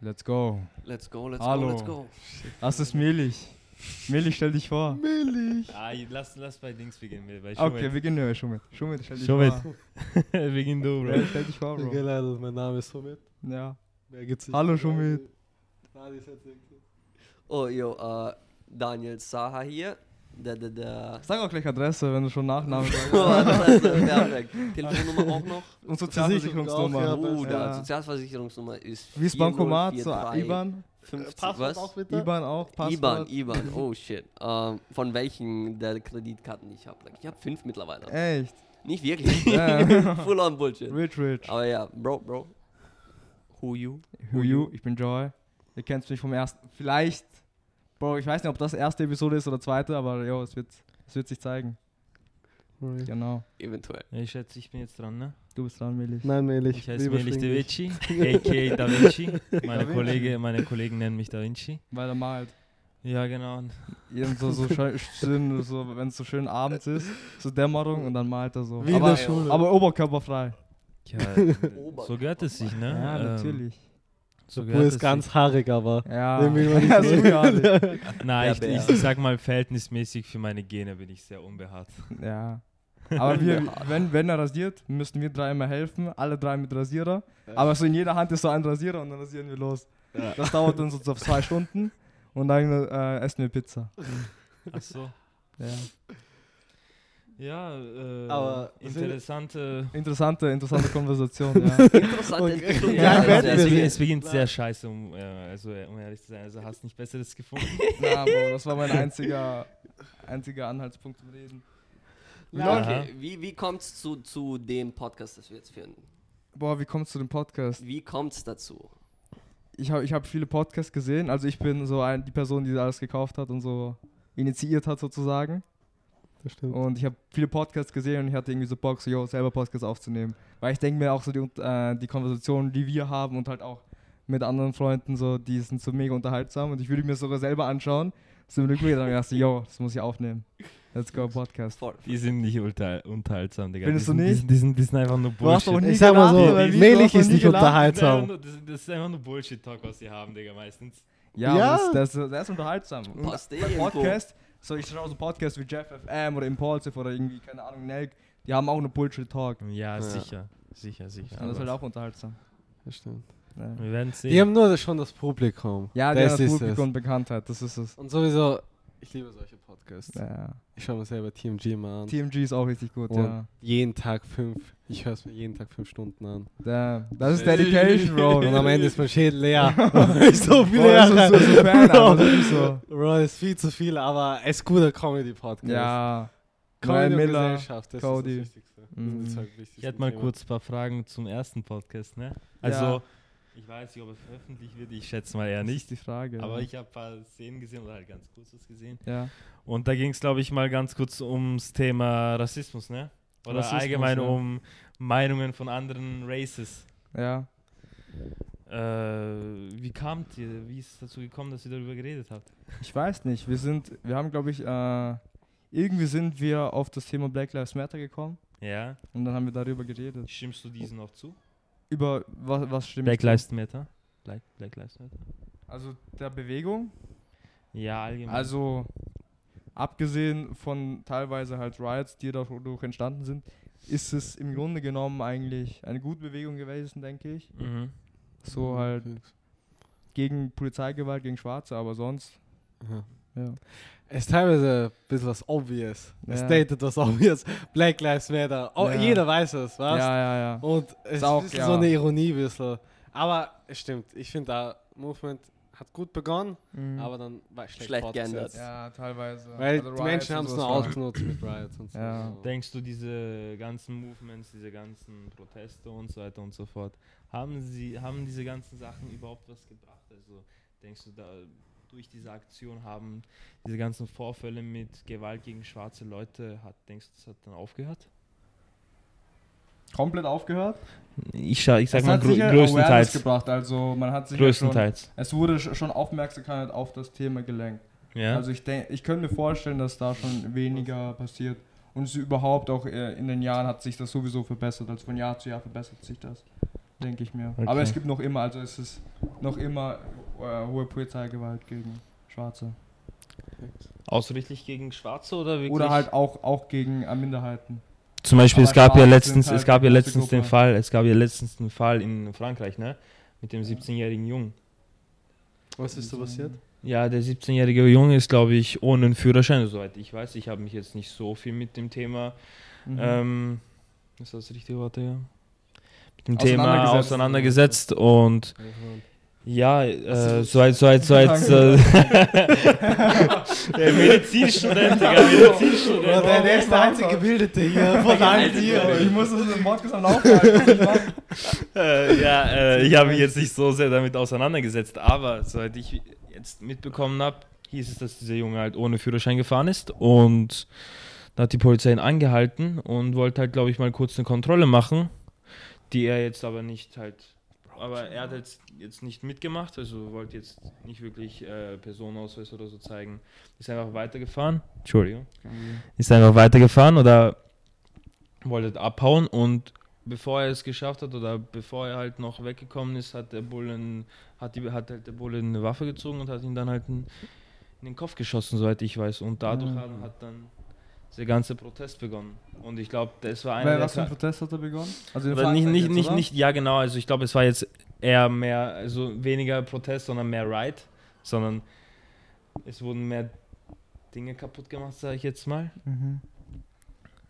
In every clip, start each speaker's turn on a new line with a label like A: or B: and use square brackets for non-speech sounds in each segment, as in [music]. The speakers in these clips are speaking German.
A: Let's go.
B: Let's go, let's
A: Hallo.
B: go, let's go.
A: Das ist Melich. Melich, stell dich vor. Melich.
C: Ah, lass, lass bei Dings beginnen. wir- Bei
A: Okay, wir gehen nur Schumit. Schumit, stell dich
C: Schumit.
A: vor.
C: [laughs] wir beginnen du,
A: Ja, stell dich vor,
D: Okay,
A: Bro.
D: Leute, mein Name ist Sumit.
A: Ja.
D: Mehr gibt's nicht.
A: Hallo, Sumit.
D: Nadi ist jetzt irgendwie-
B: Oh, yo, äh, Daniel Saha hier. Da, da, da.
A: Sag auch gleich Adresse, wenn du schon Nachnamen [laughs] sagst.
B: [laughs] Oh, Adresse, [laughs] perfekt. Telefonnummer
A: [laughs]
B: auch noch.
A: Und
D: Ja,
A: Sozialversicherungsnummer.
D: Versicherung
B: Uh,
A: ja.
B: da, Sozialversicherungsnummer ist Äh,
A: Wie ist Bankomat? So,
B: 4043
A: IBAN?
B: 50,
D: Passwort auch
B: was?
D: bitte?
A: IBAN auch?
B: IBAN,
A: Passwort?
B: IBAN, oh shit. Ähm, von welchen der Kreditkarten ich habe? ich habe fünf mittlerweile.
A: Echt?
B: Nicht wirklich.
A: Äh. [laughs] Ja.
B: [laughs] Full on Bullshit.
A: Rich, rich.
B: Aber ja, Bro, Bro. Who you?
A: Ah, Who you? Ich bin Joy. Ihr kennt mich vom ersten. Vielleicht. Bro, ich weiß nicht, ob das erste Episode ist oder zweite, aber jo, es wird, es wird sich zeigen. Genau.
B: Eventuell.
C: Ich schätze, ich bin jetzt dran, ne?
A: Du bist dran, Melich.
D: Nein, Melich.
C: Ich heiße
D: liebe
C: Melich Da
D: Schwinglich.
C: Vinci, a.k.a. Da Vinci.
A: Da
C: Meine,
A: Vinci.
C: Kollege, meine Kollegen nennen mich Da Vinci.
A: Weil er malt.
C: Ja, genau.
A: Ja, und so, so
D: [laughs]
A: schön, schön so, wenn es so schön abends ist, so Dämmerung und dann malt er so.
D: Wie in
A: Aber,
D: der Schule.
A: aber oberkörperfrei.
C: Ja, äh,
B: Ober-
C: so gehört es sich, ne?
A: Ja,
C: Ähm,
A: natürlich.
C: So
D: Wo
C: gehört es
D: es ganz haarig aber.
A: Ja. [laughs]
D: Den will man nicht
A: Ja, so
D: sehen. [laughs]
A: ja.
C: sich. Nein, ich,
B: Der
C: ich,
B: Bär.
C: ich sag mal, verhältnismäßig für meine Gene bin ich sehr unbehaart.
A: ja. Aber wir, wenn, wenn er rasiert, müssen wir drei immer helfen. Alle drei mit Rasierer. Aber so in jeder Hand ist so ein Rasierer und dann rasieren wir los. Das dauert dann so zwei Stunden und dann äh, essen wir Pizza.
C: Ach so.
A: Ja.
C: Ja, äh,
D: Aber das sind-
C: interessante.
A: Interessante, interessante Konversation,
D: [laughs]
A: ja.
B: Interessante
D: Okay.
B: Entwicklung.
D: Ja,
B: Ja,
D: werden
C: also,
B: sehr,
C: es,
D: wir
C: beginnt,
B: sehr,
D: sehen.
C: es beginnt sehr scheiße, um, äh, also, äh, um ehrlich zu sein. Also hast nicht Besseres gefunden.
A: Na, Bro, das war mein einziger, einziger Anhaltspunkt zum Reden.
B: Ja,
C: Aha.
B: okay. Wie, wie kommt es zu, zu dem Podcast, das wir jetzt führen?
A: Boah, wie kommst du zu dem Podcast?
B: Wie kommt es dazu?
A: ich habe ich hab viele Podcasts gesehen. Also ich bin so ein, die Person, die alles gekauft hat und so initiiert hat sozusagen.
D: Das stimmt.
A: Und ich habe viele Podcasts gesehen und ich hatte irgendwie so Bock, so, yo, selber Podcasts aufzunehmen. Weil ich denke mir auch so, die, Unt- äh, die Konversationen, die wir haben und halt auch mit anderen Freunden, so, die sind so mega unterhaltsam und ich würde mir sogar selber anschauen. So im Rückblick dann dachte ich, yo, das muss ich aufnehmen. Let's go, Podcast.
B: Voll.
C: Die sind nicht unter, unterhaltsam, Digga.
A: Findest
C: die
A: du
C: sind,
A: nicht?
C: Die sind, die sind einfach nur
A: Du hast
C: Bullshit.
A: aber nie
D: Ich sag mal
A: gelacht,
D: so,
A: oder wie? Du hast
D: Melich
A: noch
D: ist
A: nie
D: nicht
A: gelacht.
C: Das ist, einfach
D: unterhaltsam.
C: nur, das, ist, das ist einfach nur Bullshit-Talk, was die haben, Digga, meistens.
A: Ja,
D: Ja.
A: aber Das, das, das ist unterhaltsam. Und
B: Passt eh
A: bei
B: irgendwo.
A: Podcast, so ich schaue so Podcasts wie Jeff FM oder Impulsive oder irgendwie, keine Ahnung, Nelk, die haben auch eine Bullshit-Talk.
C: Ja,
B: Ja.
C: sicher. Sicher, sicher.
A: Und das ist halt
C: Aber
A: auch unterhaltsam.
D: Das stimmt.
A: Ja,
C: Wir werden sehen.
D: Die haben nur das- schon das Publikum.
A: ja die
D: das
A: haben das
D: ist
A: Publikum und Bekanntheit, das ist es.
D: es. Und sowieso, ich liebe solche Podcasts.
A: Ja.
D: Ich schaue mir selber TMG mal an.
A: TMG ist auch richtig gut,
D: Und-
A: ja.
D: jeden Tag fünf. Ich höre es mir jeden Tag fünf Stunden an.
A: Damn. Das ist Dedication, Bro.
D: Und am Ende ist mein Schädel leer. [laughs] Weil ich so
A: Bro,
D: viele
A: das ist so,
D: Jahre.
A: so Fan, aber
D: Bro.
A: das ist so.
D: [laughs] Bro, das ist viel zu viel, aber es ist guter
A: [laughs]
D: Comedy-Podcast.
A: Ja.
D: Comedy
A: Noel
D: und
A: Miller,
D: Gesellschaft, das
A: Cody.
D: ist das Wichtigste. Das
A: Mhm.
D: sind die zwei wichtigsten
C: Ich hätte mal
D: Themen.
C: kurz ein paar Fragen zum ersten Podcast, ne? Also, ich weiß nicht, ob er veröffentlicht wird, ich schätze mal eher
A: Das ist
C: nicht.
A: die Frage.
C: Aber
A: ja.
C: ich habe ein paar Szenen gesehen oder halt ganz kurzes gesehen.
A: Ja.
C: Und da ging es, glaube ich, mal ganz kurz ums Thema Rassismus, ne? Oder
A: Rassismus,
C: allgemein
A: ja.
C: um Meinungen von anderen Races.
A: Ja.
C: Äh, wie kamt ihr, wie ist es dazu gekommen, dass ihr darüber geredet habt?
A: Ich weiß nicht. Wir sind, wir haben, glaube ich, äh, irgendwie sind wir auf das Thema Black Lives Matter gekommen
C: Ja,
A: und dann haben wir darüber geredet.
C: stimmst du diesen auch zu?
A: Über was, was stimmt?
C: Black Lives Matter. Black, Black Lives Matter.
A: Also der Bewegung.
C: Ja, allgemein.
A: Also abgesehen von teilweise halt Riots, die dadurch entstanden sind, ist es im Grunde genommen eigentlich eine gute Bewegung gewesen, denke ich.
C: Mhm.
A: So halt
D: Mhm.
A: gegen Polizeigewalt, gegen Schwarze, aber sonst.
D: Ja.
A: Ja.
D: Es ist teilweise ein bisschen was Obvious. Es
A: Ja.
D: datet was Obvious. Black Lives Matter. Oh,
A: Ja.
D: Jeder weiß es, was?
A: Ja, ja, ja.
D: Und es ist,
A: auch,
D: ein bisschen
A: ja.
D: so eine Ironie, ein bisschen. Aber es stimmt, ich finde, der Movement hat gut begonnen,
A: Mhm.
D: aber dann war schlecht,
B: Schlecht
D: fortgesetzt.
B: geändert.
A: ja, teilweise.
D: Weil
A: Also
D: die
A: Riots
D: Menschen
A: und
D: haben es
A: so,
D: nur
A: es war-
D: ausgenutzt mit Riots und so.
A: Ja.
C: Denkst du, diese ganzen Movements, diese ganzen Proteste und so weiter und so fort, haben sie, haben diese ganzen Sachen überhaupt was gebracht? Also denkst du, da durch diese Aktion haben diese ganzen Vorfälle mit Gewalt gegen schwarze Leute, hat, denkst du, das hat dann aufgehört?
A: Komplett aufgehört.
C: Ich, scha- ich sag
A: Es
C: mal
A: hat
C: grö
A: sicher Awareness
C: größtenteils.
A: gebracht, also man hat sich
C: Größtenteils.
A: Es wurde sch- schon Aufmerksamkeit auf das Thema gelenkt.
C: Ja.
A: Also ich denke, ich könnte mir vorstellen, dass da schon weniger passiert. Und es überhaupt auch äh, in den Jahren hat sich das sowieso verbessert. Also von Jahr zu Jahr verbessert sich das. denke ich mir.
C: Okay.
A: Aber es gibt noch immer, also es ist noch immer äh, hohe Polizeigewalt gegen Schwarze.
C: Ausrichtlich gegen Schwarze oder wirklich?
A: Oder halt auch, auch gegen äh, Minderheiten.
C: Zum Beispiel,
A: Aber
C: es gab ja
A: Schwarze
C: letztens,
A: sind halt
C: es gab ja
A: große
C: letztens den
A: Gruppe.
C: Fall, es gab ja letztens den Fall in Frankreich, ne? Mit dem 17-jährigen Jungen.
D: Was ist da passiert?
C: Ja, der 17-jährige Junge ist, glaube ich, ohne einen Führerschein, soweit ich weiß. Ich habe mich jetzt nicht so viel mit dem Thema,
A: Mhm.
C: [laughs] ähm, ist das das richtige Wort, ja? Mit dem Thema
A: Auseinandergesetzt.
C: auseinandergesetzt und ja,
A: Also,
C: äh, so als, so
A: [laughs]
C: als, so äh,
A: Danke.
C: als, äh, [laughs] der Medizinstudent, Digga,
D: Der,
C: Medizinstudent.
D: der ist der einzige
A: [laughs]
D: Gebildete hier von allen
A: Hier,
D: hier.
A: ich muss das im Mordgesamt
C: [laughs]
A: aufhalten.
C: Äh, ja, äh, ich habe mich jetzt nicht so sehr damit auseinandergesetzt, aber soweit ich jetzt mitbekommen habe, hieß es, dass dieser Junge halt ohne Führerschein gefahren ist und da hat die Polizei ihn angehalten und wollte halt, glaube ich, mal kurz eine Kontrolle machen, die er jetzt aber nicht halt. Aber er hat jetzt, jetzt nicht mitgemacht, also wollte jetzt nicht wirklich äh, Personenausweis oder so zeigen. Ist einfach weitergefahren. Entschuldigung. Ist einfach weitergefahren oder wollte abhauen und bevor er es geschafft hat oder bevor er halt noch weggekommen ist, hat der Bulle, ein- hat die, hat halt der Bulle eine Waffe gezogen und hat ihn dann halt in, in den Kopf geschossen, soweit ich weiß. Und dadurch
A: Mhm.
C: hat, hat dann der ganze Protest begonnen. Und ich glaube, das war einer
A: Weil was für
C: der
A: ein Protest hat er begonnen? Also in
C: oder nicht,
A: Frankreich
C: nicht,
A: jetzt,
C: nicht,
A: oder?
C: nicht, ja genau, also ich glaube, es war jetzt eher mehr, also weniger Protest, sondern mehr Riot, sondern es wurden mehr Dinge kaputt gemacht, sage ich jetzt mal.
A: Mhm.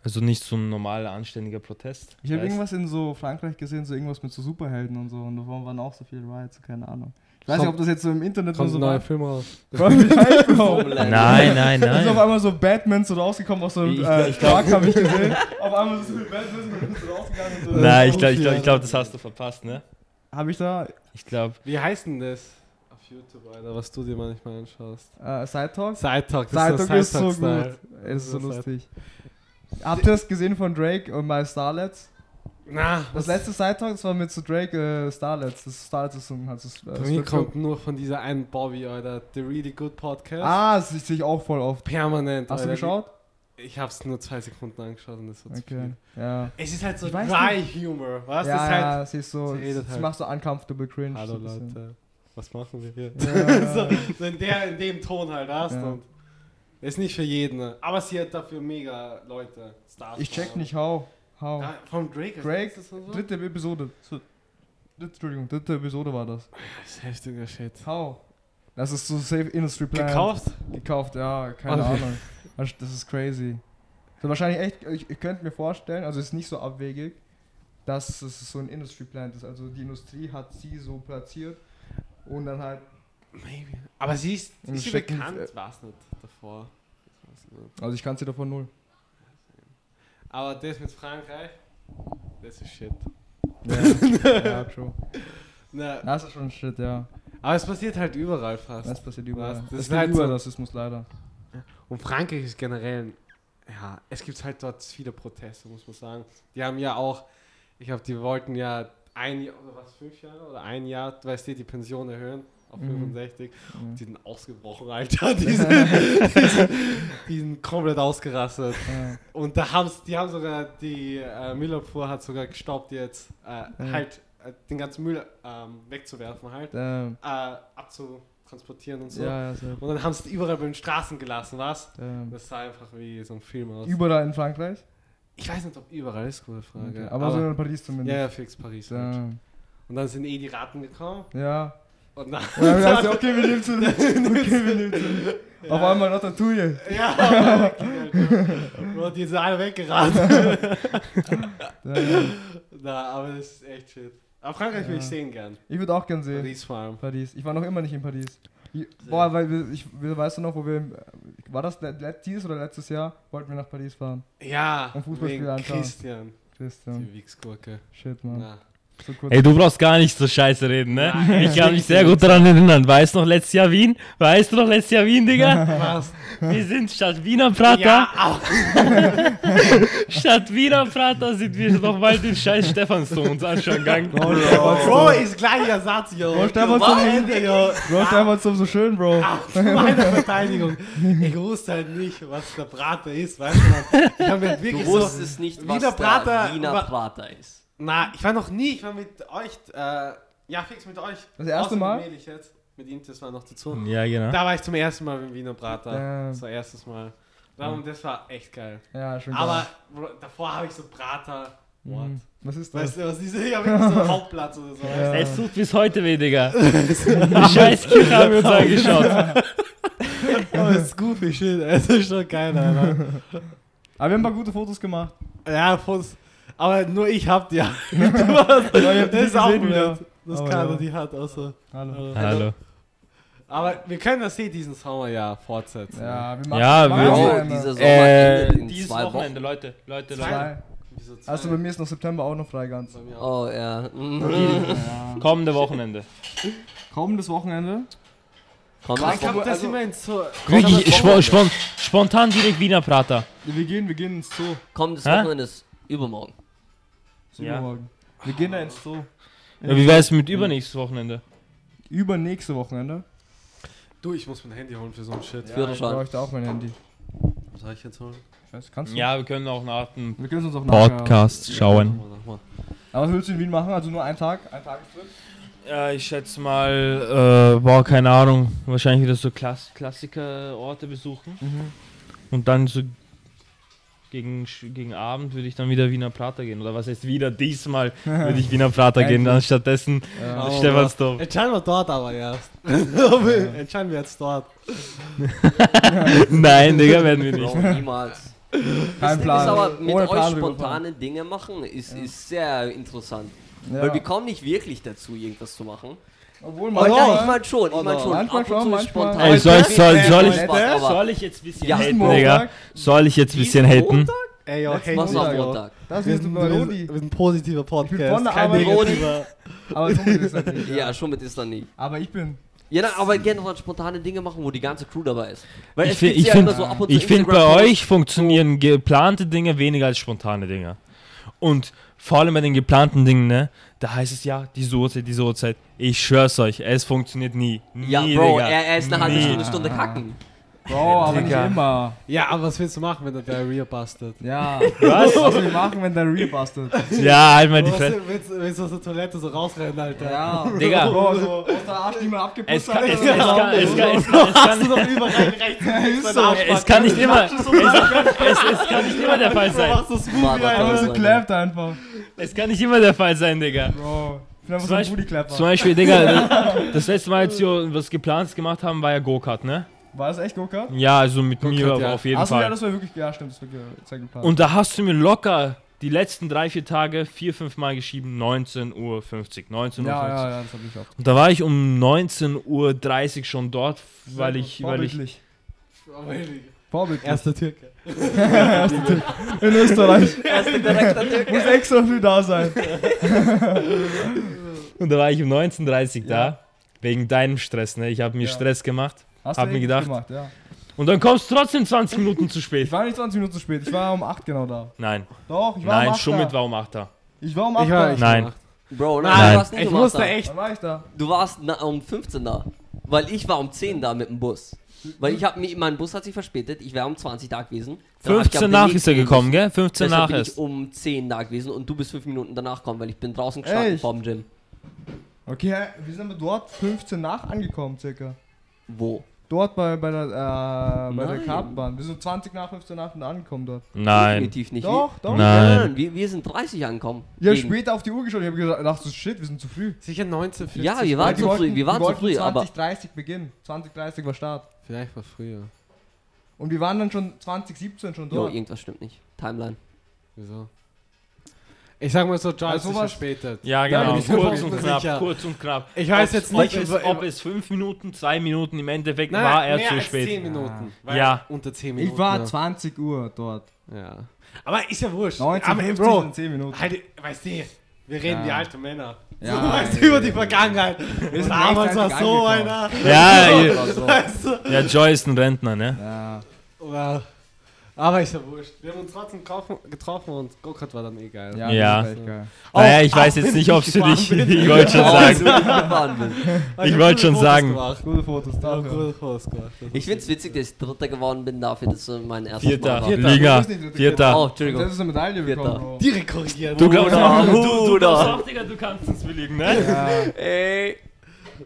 C: Also nicht so ein normaler, anständiger Protest.
A: Ich habe
C: Weißt-
A: irgendwas in so Frankreich gesehen, so irgendwas mit so Superhelden und so. Und davon waren auch so viele Riots, keine Ahnung. Ich weiß nicht, ob das jetzt so im Internet
D: Kommt
A: so
D: ein neuer Film raus.
A: Vielleicht, Bro.
B: Homeland.
C: Nein,
A: [laughs]
C: nein,
A: Da ist auf
C: nein.
A: einmal so Batman so rausgekommen aus so einem
C: Ich-
A: äh,
C: ich glaub-
A: Truck, habe ich gesehen. auf einmal so viele Batman so rausgegangen und so.
C: Nein, ich glaube, ich glaub, ich glaub, das hast du verpasst, ne?
A: Habe ich da
C: Ich glaube,
D: Wie heißt denn das? Auf YouTube, Alter, was du dir manchmal anschaust.
A: äh, Side Talk?
D: Side Talk,
A: Side Talk ist so
D: Side-Talk-Style.
A: gut. Es ist so
D: Das ist
A: lustig. Habt ihr das gesehen von Drake und My Starlets?
D: Na,
A: Das letzte Side Talk, das war mit so Drake äh, Starlets. Das Starlets ist so ein halt so, äh,
D: Bei mir
A: Stripclub.
D: kommt nur von dieser einen Bobby, Alter. The Really Good Podcast.
A: Ah, das sehe ich auch voll oft.
D: Permanent.
A: Hast du
D: Alter.
A: geschaut?
D: Ich hab's nur zwei Sekunden angeschaut und das war zu
A: Okay.
D: viel.
A: Ja.
D: Es ist halt so
A: Ich weiß
D: dry Humor, was?
A: ja,
D: das ist
A: ja,
D: halt.
A: es ist so,
D: sie redet
A: es
D: halt.
A: macht so uncomfortable cringe.
D: Hallo
A: so ein bisschen.
D: Leute, was machen wir hier? [laughs]
A: Ja.
D: so, so in, der, in dem Ton halt hast
A: Ja.
D: und. Ist nicht für jeden, ne? aber sie hat dafür mega Leute. Stars
A: Ich check
D: von-
A: nicht, how. How.
D: Ja, vom Drake. als
A: Drake,
D: letztes und so.
A: Dritte Episode. So, dritte- Entschuldigung, dritte Episode war das.
D: Das ist heftiger Shit.
A: How? Das ist so Safe Industry Plan.
D: Gekauft? Also,
A: Gekauft, ja, keine
D: Okay.
A: Ahnung. Das das ist crazy. So wahrscheinlich echt, ich, ich könnte mir vorstellen, also ist nicht so abwegig, dass es so ein Industry Plant ist. Also die Industrie hat sie so platziert und dann halt,
D: Maybe. Aber sie ist,
A: Und
D: ist sie
A: stecken-
D: bekannt, war es nicht davor. Das war's nicht.
A: also ich kann sie davon null.
D: Aber das mit Frankreich, das ist shit.
A: [laughs] Ja, ja true.
D: Na,
A: [laughs] Das ist schon Shit, ja.
D: aber es passiert halt überall fast.
A: Das passiert überall.
D: Das
A: Das
D: ist
A: ist halt
D: halt
A: über
D: so-
A: Rassismus leider.
D: Und Frankreich ist generell, ja, es gibt halt dort viele Proteste, muss man sagen. Die haben ja auch, ich glaube, die wollten ja ein Jahr, oder was, fünf Jahre oder ein Jahr, weißt du, die Pension erhöhen auf
A: Mhm.
D: 65.
A: Mhm.
D: Die sind ausgebrochen, Alter. [laughs] Die sind, die sind, die sind komplett ausgerastet.
A: [laughs] Ja.
D: Und da haben's, die haben sogar, die äh, Müllabfuhr hat sogar gestoppt jetzt, äh, halt äh, den ganzen Müll ähm, wegzuwerfen, halt, äh,
A: Ähm,
D: abzutransportieren und so.
A: Ja, ja, sehr.
D: Und dann haben sie es überall bei den Straßen gelassen, was?
A: Ähm,
D: Das sah einfach wie so ein Film aus.
A: überall in Frankreich?
D: ich weiß nicht, ob überall ist, gute Frage.
A: Okay. Aber, so in Paris
D: ja,
A: zumindest.
D: ja, fix Paris. Halt.
A: Ähm,
D: Und dann sind eh die Raten gekommen.
A: ja.
D: Und dann,
A: Und dann hast du,
D: [laughs]
A: okay, wir nehmen zu. Okay, wir nehmen zu.
D: Ja.
A: Auf einmal Ratatouille.
D: Ja, [laughs] wirklich, Alter. Bro, die sind alle weggeraten.
A: [laughs] Ja.
D: Na, aber das ist echt shit. Aber Frankreich will
A: Ja.
D: ich sehen gern.
A: Ich würde auch gern sehen. Paris.
D: Paris vor allem.
A: Ich war noch immer nicht in Paris. Ich, boah, weil wir, ich, wir, weißt du noch, wo wir. War das le- le- dieses oder letztes Jahr? Wollten wir nach Paris fahren.
D: Ja,
A: Und Fußballspiele
D: wegen
A: anschauen.
D: Christian.
A: Christian.
D: Die Wichsgurke.
A: Shit, man.
D: Na.
A: So kurz.
C: Ey, du brauchst gar nicht so scheiße reden, ne?
D: Nein.
C: Ich kann mich sehr gut daran erinnern. Weißt du noch letztes Jahr Wien? Weißt du noch letztes Jahr Wien,
D: [laughs]
C: Digga?
D: Was?
C: Wir sind statt Wiener Prater,
D: Ja, auch.
C: statt Wiener Prater sind wir nochmal den scheiß Stephansdom uns anschauen gegangen.
A: Bro,
D: Bro,
A: Bro,
D: ist gleicher Satz, yo.
A: Bro, Stefan
D: Was?
A: zum-
D: Yo.
A: Bro, Stefan zum so schön, Bro.
D: Ach, zu meiner Verteidigung. Ich wusste halt nicht, was der Brater ist, weißt du. Mann. Ich hab mir halt
B: Du
D: wirklich so...
B: wusstest nicht, was
D: Wiener
B: Wiener
D: Prater-
B: der Wiener Prater ist.
D: Na, ich war noch nie, ich war mit euch, äh, ja, fix mit euch.
A: Das erste
D: Außer mit
A: Mal?
D: Melih jetzt. Mit ihm, das war noch dazu.
C: Ja, genau.
D: Da war ich zum ersten Mal beim Wiener Brater.
A: Ja,
D: Das war erstes Mal. Ja, Und das war echt geil.
A: ja schon
D: Aber Bro, davor habe ich so Brater.
A: geil. Mhm. Was ist das?
D: Weißt du, was diese? Ich
A: [laughs]
D: habe wirklich so einen Hauptplatz oder so. weißt
C: Es tut bis heute weh, Digga. Die scheiß Kinder haben wir
A: [laughs]
C: uns angeschaut.
D: du? Aber das ist goofy shit, ey. das ist schon geil, Alter.
A: Aber wir haben ein paar gute Fotos gemacht.
D: Ja, Fuß. Aber nur ich
A: [laughs]
D: hab die.
A: Ja, ihr habt die
D: Das ist auch
A: gesehen, ja.
D: blöd. Das
A: Aber
D: keiner
A: ja.
D: die hat, außer.
A: Hallo.
C: Hallo.
D: Aber wir können das eh diesen Sommer ja fortsetzen.
A: Ja, wir
C: Ja,
A: machen
C: wir- Oh,
A: machen
B: Bro,
A: einmal.
B: Also, dieser Sommer
C: Äh,
B: endet in
C: Dieses
B: zwei Wochen.
C: Wochenende, Leute, Leute, Leute.
A: Zwei.
D: Wieso zwei?
A: Also bei mir ist noch September auch noch frei ganz.
D: Bei mir auch.
B: Oh ja.
C: Kommende Wochenende.
A: Kommendes Wochenende.
B: Komm,
A: Also
D: Ich hab das immer in so.
C: Wirklich, spo spon spontan direkt Wiener Prater.
A: Wir gehen, wir gehen ins Zoo.
B: komm, das
C: Hä?
B: Wochenende ist übermorgen.
A: Ist
C: Ja.
A: Übermorgen. Wir gehen da ins Zoo.
C: Ja, wie wär's mit übernächstes Wochenende?
A: Übernächste Wochenende.
D: Du, ich muss mein Handy holen für so einen Shit.
B: Führerschein.
A: Ich brauche auch mein Handy.
D: Was soll ich jetzt holen?
A: Ich weiß, kannst du?
C: Ja, wir können auch nach dem
A: Wir können es uns auch nachher.
C: Podcast schauen.
D: Mach mal.
A: Aber was willst du in Wien machen? Also nur einen Tag? Ein Tagestrip?
C: Ja, ich schätze mal, äh, boah, keine Ahnung, wahrscheinlich wieder so Klass Klassikerorte besuchen.
A: Mhm.
C: Und dann so gegen, Sch- gegen Abend würde ich dann wieder Wiener Prater gehen. Oder was heißt wieder? Diesmal würde ich Wiener Prater gehen,
A: Endlich.
C: dann stattdessen
A: Ja.
D: Oh,
C: Stephansdorf.
D: Entscheiden wir dort aber
A: [laughs]
D: erst. [laughs] Entscheiden wir jetzt dort.
C: Nein, Digga, werden wir
B: Bro,
C: nicht.
B: niemals.
A: Kein
B: Das ist aber
A: Plan.
B: mit
A: Ohne
B: euch
A: Plan
B: spontane Dinge machen ist, ist sehr interessant.
A: Ja.
B: Weil wir kommen nicht wirklich dazu, irgendwas zu machen.
A: Obwohl
B: Aber
A: man.
B: ja, ich mein schon, ich
D: Oder?
B: mein schon.
A: Manchmal
B: Ab und
A: schon,
B: zu ist
A: manchmal.
B: spontan.
C: Ey, soll, ich- soll, soll, ich,
B: Spaß, aber
C: soll ich jetzt ein bisschen
B: Ja.
C: haten,
A: Montag.
C: Digga? Soll ich jetzt ein bisschen
B: Diesen
C: haten?
B: Montag?
D: Ey, yo, hey,
B: Was am
A: Montag, ja.
B: Montag?
A: Das
C: [laughs]
D: Wir
A: ist ein
D: sind, wir, sind, wir
A: Rudi.
D: sind ein positiver Podcast.
A: von der Arbeit.
D: negativer.
A: Aber so ist das nicht.
B: Ja, schon mit ist dann nicht.
A: Aber ich bin.
B: Ja, nein, aber gerne mal spontane Dinge machen, wo die ganze Crew dabei ist. Weil
C: Ich
B: es
C: fi-
B: gibt
C: ich
B: ja
C: find-
B: immer so ab und zu
C: Ich finde, bei
B: Instagram-Posts.
C: euch funktionieren geplante Dinge weniger als spontane Dinge. Und vor allem bei den geplanten Dingen, ne? Da heißt es ja, diese Uhrzeit, diese Uhrzeit. Ich schwör's euch, es funktioniert nie. nie
B: Ja, Bro,
C: Digga.
B: er, er ist eine halbe
C: Nie.
B: Stunde, Stunde
C: [laughs]
B: kacken.
A: Bro, aber nicht
C: Digga.
A: immer.
D: Ja, aber was willst du machen, wenn der Diarrhea bastelt?
A: Ja.
C: Was?
A: Was wir machen, wenn der Real bastelt?
C: Ja, halt mal die
D: Was,
C: Fresse.
D: willst, willst du aus der Toilette so rausrennen, Alter?
A: Ja.
C: Digga.
A: Bro, so aus der Arsch, die man abgeputzt
C: Es kann,
A: hat.
C: es, es kann, es kann, es kann, es
D: Hast du
C: kann,
D: doch überall
A: [laughs]
D: rechts
A: ist
D: so.
C: es kann nicht immer, es, es, es kann nicht immer der Fall sein.
D: machst du
B: Mann,
D: Smoothie
A: Aber
B: was soll
D: rein.
B: das?
A: sie clappt einfach.
C: Es kann nicht immer der Fall sein, Digga.
A: Bro. Ich bin einfach so
C: Zum
A: ein
C: Beispiel- Zum
A: Booty-Clapper.
C: Beispiel, Digga, das letzte Mal, als wir was geplantes gemacht haben, war ja Go-Kart, ne?
A: War das echt Go-Kart?
C: Ja, also mit
D: Go-Kart,
C: mir
D: ja.
C: auf jeden
A: Achso,
C: Fall.
A: ja, das war wirklich. Ja, stimmt, das war ge- sehr geplant.
C: Und da hast du mir locker die letzten drei, vier Tage vier, fünf Mal geschrieben, 19.50 Uhr, 19.50 Uhr.
A: ja, ja, ja, das hab ich auch.
C: Und da war ich um 19.30 Uhr schon dort, weil ich, weil ich,
A: Vorbildlich.
D: Vorbildlich.
A: Vorbildlich.
D: Erster Türke.
A: in Österreich.
B: Direkt an der-
A: Muss extra früh da sein.
C: und da war ich um 19.30 Uhr
A: Ja.
C: da, wegen deinem Stress, ne? Ich habe mir
A: Ja.
C: Stress gemacht.
A: Hast
C: Hab mir
A: eh gut
C: gedacht.
A: Gemacht, ja.
C: Und dann kommst du trotzdem 20 Minuten zu
A: Ich
C: spät.
A: war nicht 20 Minuten zu spät, ich war um 8 genau da.
C: Nein,
A: Doch, ich war um
C: nein,
A: 8
C: Schummit
A: da.
C: war um 8 da.
A: Ich war um 8 da.
C: ich- Nein.
B: Bro, nein,
D: Nein.
B: du warst nicht
D: Ich
B: um acht
D: musste
B: da.
D: echt.
A: Wann war ich da?
B: Du warst na, um 15 da. Weil ich war um 10 da mit dem Bus. Weil ich habe mich, mein Bus hat sich verspätet, ich wäre um 20 da gewesen. Dann hab ich
C: 15
B: auf den
C: nach
B: Weg
C: ist er
B: gehen
C: gekommen,
B: müssen.
C: gell? 15
B: Deshalb
C: nach
B: bin ich
C: ist.
B: um 10 da gewesen und du bist 5 Minuten danach gekommen, weil ich bin draußen gestanden
A: Echt?
B: vorm Gym.
A: Okay, hä, wir sind aber dort 15 nach angekommen, circa.
B: Wo?
A: Dort bei, bei der, äh, bei der
B: Nein.
A: Kartbahn. Wir sind 20 nach 15 nach und angekommen dort.
C: Nein.
B: Definitiv nicht.
A: Doch, doch.
C: Nein.
B: wir, wir sind 30 angekommen.
A: Ich hab
B: Gegen-
A: später auf die Uhr geschaut, ich hab gedacht, so shit, wir sind zu früh.
D: Sicher 1950.
B: Ja, wir waren
A: die
B: zu früh,
A: wollten-
B: wir waren
A: die
B: zu
A: wollten
B: früh, aber
A: 2030 Beginn. 2030 war Start.
D: Vielleicht war früher.
A: Und wir waren dann schon 2017 schon
B: jo,
A: dort.
B: irgendwas stimmt nicht. Timeline.
D: Wieso? Ich sag mal so, Charles
A: Also
D: ist
A: sowas-
D: verspätet.
C: Ja,
A: Nein,
C: genau.
A: ich bin
C: kurz
D: mir
C: und
D: nicht
C: knapp,
D: sicher.
C: kurz und knapp.
D: Ich weiß
C: Ob's-
D: jetzt nicht,
C: ob es,
D: ob-
C: ob es fünf Minuten, zwei Minuten, im Endeffekt war er
D: mehr
C: zu
D: als
C: spät.
D: 10 Minuten.
C: Ja. Ja.
D: Unter 10 Minuten.
A: ich war
D: ja.
A: 20 Uhr dort.
D: Ja. Aber ist ja wurscht.
A: 19,
D: Aber ey,
A: 15
D: Bro,
A: sind 10 Minuten.
D: halt, weißt du, wir reden
A: Ja.
D: wie alte Männer.
A: Ja,
D: so, weißt [laughs] du,
A: ey.
D: über die Vergangenheit. Wir
A: sind
D: damals war
A: rechtzeitig
D: so
A: angekommen.
D: einer.
A: [laughs]
D: [laughs]
C: Ja,
D: Weißt du? [laughs]
C: ja, Joy ist ein Rentner, ne?
A: Ja.
D: Oder, Aber ah, ist ja wurscht. Wir haben uns trotzdem getroffen- getroffen und Gokart war dann eh geil.
A: Ja,
C: Ja.
A: Das ist echt geil.
C: Naja,
D: Auch-
C: ich weiß
D: auch
A: Ah,
D: wenn
C: jetzt nicht, ob du
D: gefahren
C: dich.
D: bin.
C: Ich [laughs] wollte schon sagen.
B: sagen.
C: Ich
D: Ah, hab
C: wollte
D: gute
C: schon
D: Fotos
C: sagen.
D: gemacht.
A: Gute Fotos
D: Ja,
A: dafür.
D: gute Fotos gemacht. Das
B: Ich find's witzig, dass ich Dritter geworden bin dafür, dass so mein erstes
C: Vierter.
B: Mal war.
A: Vierter.
C: Liga.
A: Das ist nicht-
B: Oh,
C: Vierter.
A: Und Das
B: Entschuldigung.
A: ist eine Medaille
B: Vierter.
A: bekommen, Bro.
D: Direkt korrigiert.
C: Du glaubst
B: Bruder,
C: auch, du, du glaubst
B: Bruder.
C: auch, Digga, du kannst uns billigen, ne?
A: Ja,
B: Ey.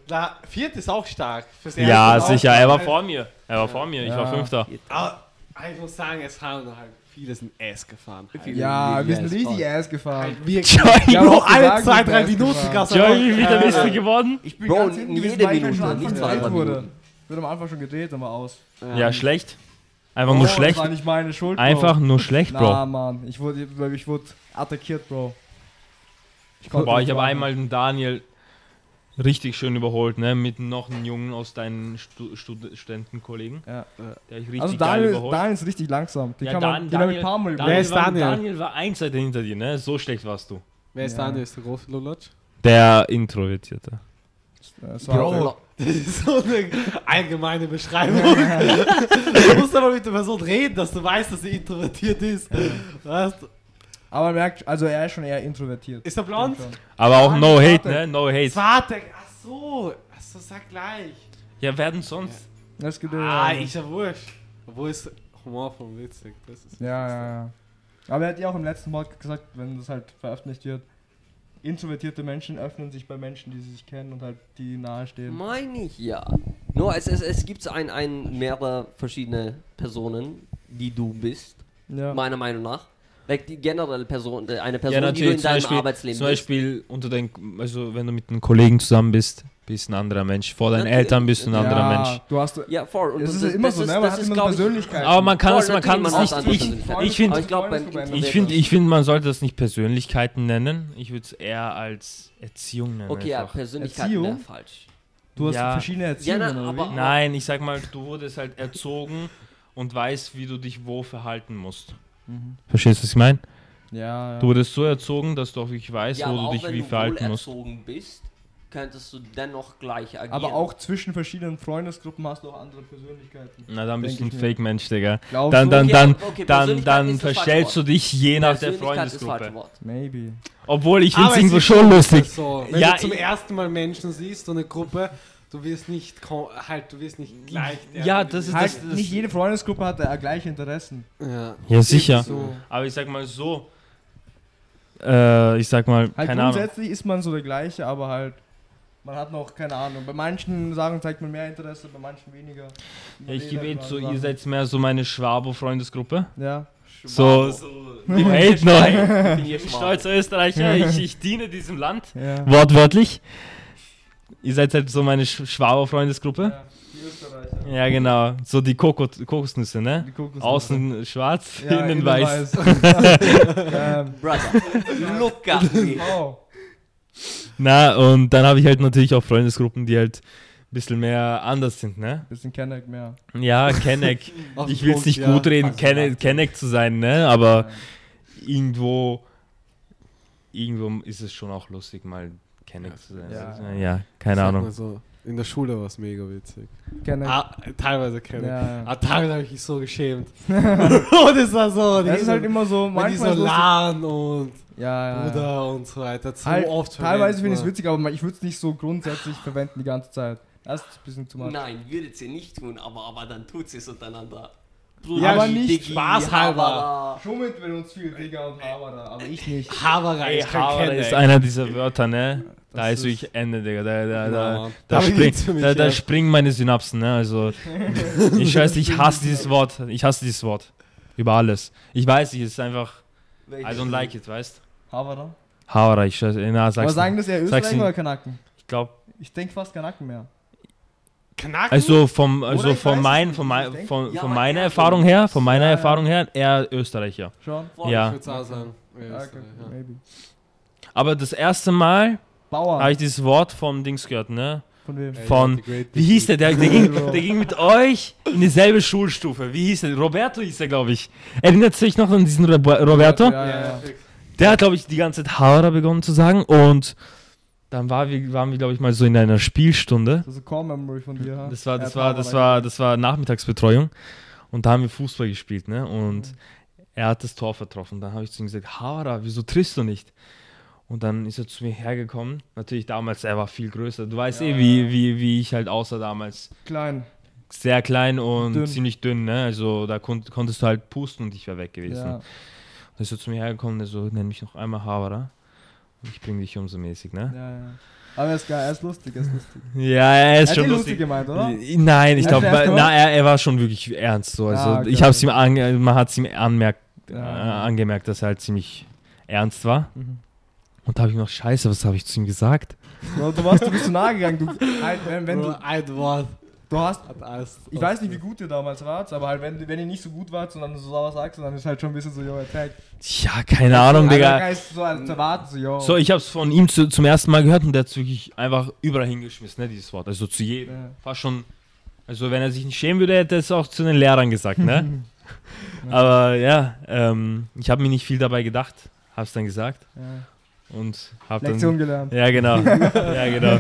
D: Na, Viert ist auch stark. Fürs
C: Ja,
D: erste Mal.
C: sicher. Er war vor mir. Er war vor mir. Ich
A: genau. Ja.
C: war Fünfter.
D: Aber ah, ich muss sagen, es haben halt viele sind Ass gefahren. Halt.
A: ja wir sind
B: Yes, oh.
A: richtig
B: voll.
A: ass gefahren.
D: Halt wirklich.
C: Joey,
A: Ja, aber-
D: Bro,
A: auch
D: alle
A: gesagt,
D: zwei,
A: dass
D: drei
A: Ass
D: Minuten
A: gefahren.
D: gab es
C: Joey, wie der
D: Äh,
C: Beste geworden?
A: Ich bin
B: Bro,
A: ganz hinten
B: jede
A: gewesen, weil ich
B: Minute,
A: schon am
B: nicht
A: Anfang
B: zwei,
A: gedreht
B: drei
A: wurde.
B: Minuten.
A: Wird am Anfang schon gedreht, dann war aus.
C: Ja, schlecht. Einfach nur
A: Oh,
C: schlecht.
A: Das war nicht meine Schuld, Bro.
C: Einfach nur schlecht,
A: Na,
C: Bro.
A: Mann, ich wurde, ich wurde attackiert, Bro. Ich
C: Boah,
A: nicht
C: ich habe
A: warten.
C: einmal den Daniel richtig schön überholt, ne? Mit noch einem Jungen aus deinen Stu Stud Studentenkollegen.
A: Ja.
C: Der ich richtig
A: Also
C: geil
A: Daniel,
C: überholt.
A: Daniel ist richtig langsam. Den
C: Ja,
A: kann
C: Dan-
A: man, den habe ich
C: Daniel-
A: ein paar Mal
D: Wer
C: Daniel,
D: ist
C: war,
D: Daniel?
C: Daniel war eins Seite hinter dir, ne? So schlecht warst du.
D: Wer ist
A: Ja.
D: Daniel? Ist der große Lulatsch?
C: Der Introvertierte.
A: Äh, so
D: Bro,
B: genau.
A: hatte-
D: das ist so eine allgemeine Beschreibung. du musst aber mit der Person reden, dass du weißt, dass sie introvertiert ist. Was?
A: Aber man merkt, also er ist schon eher introvertiert.
D: Ist er blond?
A: Stimmt schon.
C: Aber auch no
A: Daniel,
C: hate, ne?
A: warte.
C: No hate.
D: Warte, ach so, ach so, sag gleich.
C: Ja, werden sonst.
A: Das gibt
D: Ah, ich ja wurscht. Obwohl es humorvoll und witzig das ist.
A: Ja, ja, ja. Aber er hat ja auch im letzten Podcast gesagt, wenn das halt veröffentlicht wird, introvertierte Menschen öffnen sich bei Menschen, die sie sich kennen und halt die nahestehen.
B: Meine ich ja. Nur es, es, es gibt ein, ein mehrere verschiedene Personen, die du bist,
A: Ja.
B: meiner Meinung nach. Like die generelle Person, äh, eine
C: Ja,
B: Person, die du
C: natürlich.
B: in
C: Zum
B: deinem
C: Beispiel,
B: Arbeitsleben
C: zum Beispiel unter den, also wenn du mit einem Kollegen zusammen bist, bist ein anderer Mensch. Vor deinen
B: Natürlich.
C: Eltern bist du ein anderer
A: ja,
C: Mensch.
A: Du hast.
B: bist. Ja, voll.
A: es ist ja immer so, ne? Man hat immer so
B: glaub ich,
A: Persönlichkeit.
C: Aber man kann
B: voll,
C: es, man kann
B: natürlich,
C: es
B: man
C: nicht.
B: hat
C: Ich,
B: andere Persönlichkeiten.
C: ich finde,
B: Aber ich glaube, beim
A: Freundesgruppe
C: Ich
B: Introvert-
C: finde, ich find, man sollte das nicht Persönlichkeiten nennen. Ich würde es eher als Erziehung nennen.
B: Okay, ja,
C: einfach.
B: Persönlichkeit
A: Erziehung?
B: wäre falsch.
A: du hast
C: Ja.
A: verschiedene
B: Ja,
A: Erziehungen.
B: na,
A: oder wie?
B: aber-
C: Nein, ich sag mal, du wurdest halt erzogen und weißt, wie du dich wo verhalten musst.
A: Mhm.
C: Verstehst du, was ich meine?
A: ja, ja.
C: Du wurdest so erzogen, dass du auch wirklich weißt,
B: Ja, aber
C: wo du
B: auch
C: dich
B: wenn
C: wie
B: du
C: verhalten musst.
B: wohlerzogen bist, könntest du dennoch gleich agieren.
A: aber auch zwischen verschiedenen Freundesgruppen hast du auch andere Persönlichkeiten.
C: Na, dann bist du ein
A: Denk ich mir.
C: Fake-Mensch, Digga.
A: Glaubst
C: Dann,
A: du?
C: dann,
B: Okay,
C: dann,
B: aber- okay,
C: dann,
B: Persönlichkeit
C: dann
B: ist das falsche
C: verstellst du
B: Wort.
C: dich je nach der
B: Persönlichkeit ist das falsche
C: Freundesgruppe.
B: Wort.
A: Maybe.
C: Obwohl, ich
D: Aber
C: finde es irgendwo
D: ist
C: schon
D: so,
C: lustig.
D: So. Wenn
C: Ja,
D: du zum
C: ich-
D: ersten Mal Menschen siehst, so eine Gruppe, du wirst nicht ko- halt, du wirst nicht gleich. der-
C: Ja, das ist-
A: Halt, nicht jede Freundesgruppe hat äh, gleiche Interessen.
D: Ja.
C: Ja, sicher.
A: So.
C: Aber ich sag mal so. Äh, ich sag mal,
A: Halt
C: keine Ahnung.
A: grundsätzlich ist man so der gleiche, aber halt man hat noch keine Ahnung. Bei manchen Sachen zeigt man mehr Interesse, bei manchen weniger.
C: Ja, ich gebe eh
A: jetzt
C: zu, ihr seid mehr so meine Schwabo-Freundesgruppe.
A: Ja.
C: So, so
B: [laughs]
C: im Hate noch.
B: Ich bin hier
C: Ich bin
B: schmal.
C: stolzer Österreicher, ich, ich diene diesem Land.
A: Ja.
C: Wortwörtlich. Ihr seid halt so meine Sch- Schwabo-Freundesgruppe.
A: ja. Die Österreicher.
C: Ja, genau. So die Koko Kokosnüsse, ne?
A: Die Kokosnuss.
C: Außen schwarz, [laughs]
A: Ja,
C: innen, weiß. [laughs]
A: ähm, oh,
B: Brother, look at me.
D: [laughs]
A: wow.
C: Na, und dann habe ich halt natürlich auch Freundesgruppen, die halt ein bisschen mehr anders sind, ne?
A: Bisschen Kenneck mehr.
C: Ja, Kenneck.
D: Auf den
C: ich will es
D: Punkt,
C: nicht
D: ja.
C: gut reden,
D: Also,
C: Kenneck, Kenneck zu sein, ne? Aber
A: Ja.
C: irgendwo, irgendwo ist es schon auch lustig, mal Kenneck zu sein.
A: Ja.
C: Ja, keine
D: sag
C: Ahnung.
D: mal So, in der Schule war es mega witzig.
A: Kenneck.
D: Ah, teilweise kenne ich.
A: ja.
D: Ah, teilweise habe ich mich so
A: [laughs]
D: geschämt. [laughs] und es war so, die,
A: Das ist halt immer so,
D: wenn die
A: manchmal
D: so
A: ist lustig.
D: LAN und
A: ja, ja, ja.
D: Bruder und so weiter. So
A: Halt,
D: oft
A: teilweise finde
D: verwendet
A: ich es
D: wurde.
A: witzig, aber man- ich würde es nicht so grundsätzlich verwenden die ganze Zeit. Das ist ein bisschen zu much.
B: Nein, würdet ihr nicht tun, aber, aber dann tut sie es untereinander.
D: Ja,
A: aber
B: Brudi,
A: nicht
B: Diggi,
D: spaßhalber.
B: Habala.
A: Schummet will uns viel Digger und Haberer, aber ich nicht.
D: Haberei,
C: Ey,
D: ich kann
C: Haare
D: kennen,
C: ist
D: ey.
C: einer dieser Wörter, ne? Da
A: Das
C: ist wirklich Ende, Digga. Da, da,
D: Ja,
C: da,
D: Mann.
C: da,
D: Da
C: spring,
D: beginnt's für mich
C: da, da
D: erst.
C: springen meine Synapsen, ne? Also, ich weiß, ich hasse dieses Wort. Ich hasse dieses Wort. Über alles. Ich weiß, ich ist einfach. I don't like it, weißt
A: Haberer?
C: Haare, ich scheiße. Na,
A: Aber
C: sag's.
A: sagen das
C: nicht.
A: eher
C: sag's
A: Österreicher
C: ihm.
A: oder Kanaken?
C: Ich glaube.
A: Ich denke fast Kanaken mehr.
D: Knacken?
C: Also, vom, also
A: ich
C: von,
A: weiß es
C: mein,
A: nicht,
C: von,
A: ich
C: mein,
A: denk-
C: von,
B: Ja,
C: von
B: aber
C: meiner
B: er-
C: Erfahrung her, von meiner
A: Ja, ja.
C: Erfahrung her, eher Österreicher.
A: Schon?
C: Ja.
D: Ich würde auch sagen. Ja,
A: Ah, Okay,
D: ja.
A: maybe.
C: Aber das erste Mal
A: Bauer.
C: habe Ah, ich dieses Wort vom Dings gehört, ne?
A: Von wem?
D: Ey,
C: Von-
D: ja, die Great
C: Wie
D: Big
C: hieß der? Der, der, ging,
A: Bro.
C: der ging mit euch in dieselbe Schulstufe. Wie hieß der? Roberto hieß der, glaube ich. Erinnert sich noch an diesen Rob Roberto?
A: Ja,
D: Ja,
A: ja, ja.
C: Der hat, glaube ich, die ganze Zeit Haara begonnen zu sagen. Und dann war wir, waren wir, glaube ich, mal so in einer Spielstunde.
A: Das ist eine Core-Memory von dir, ha?
C: Das war, das
A: Ja,
C: war, das war, das war Nachmittagsbetreuung. Und da haben wir Fußball gespielt, ne? Und
A: Mhm.
C: er hat das Tor vertroffen. Dann habe ich zu ihm gesagt, Hara, wieso triffst du nicht? Und dann ist er zu mir hergekommen. Natürlich damals, er war viel größer. Du weißt eh, wie, wie, wie ich halt aussah damals.
A: Klein.
C: Sehr klein und
A: Dünn.
C: ziemlich dünn, ne? Also da kon konntest du halt pusten und ich wäre weg gewesen.
A: Ja.
C: Dann ist er zu mir hergekommen und er so, nenn mich noch einmal Havara. und Ich bring dich um so mäßig, ne?
A: Ja, ja. Aber er ist geil, er ist lustig, er ist lustig.
C: Ja, er
A: Er
C: ist
A: hat
C: schon
A: die
C: lustig.
A: lustig gemeint, oder?
C: I- Nein, ich
A: Hat
C: glaube,
A: er erst
C: na,
A: gemacht?
C: er, er war schon wirklich ernst. So. Also
A: Ah, okay,
C: ich hab's
A: okay.
C: ihm ange man hat es ihm anmerkt,
A: Ja.
C: äh, angemerkt, dass er halt ziemlich ernst war.
A: Mhm.
C: Und da habe ich mir noch Scheiße, was habe ich zu ihm gesagt?
A: Bro, du warst, du bist so nah gegangen. Du, halt, wenn, wenn du,
D: Nur ein Wort
A: du hast,
D: hat alles.
A: ich weiß nicht, wie gut ihr damals wart, aber halt, wenn, wenn ihr nicht so gut wart und dann so sauer sagst, dann ist halt schon ein bisschen so, yo, attack.
C: Ja, keine Ahnung,
A: Also,
C: Digga.
A: da ist so als zu erwarten, so, yo.
C: So, ich habe es von ihm zu, zum ersten Mal gehört und der hat wirklich einfach überall hingeschmissen, ne, dieses Wort. Also zu jedem.
A: Ja.
C: War schon. Also wenn er sich nicht schämen würde, hätte er es auch zu den Lehrern
A: [laughs]
C: gesagt, ne? [laughs] Aber ja, ähm, ich habe mir nicht viel dabei gedacht, hab's dann gesagt
A: ja.
C: und hab dann.
A: Lektion gelernt.
C: [laughs]
A: [laughs]
C: Ja, genau. ja, genau.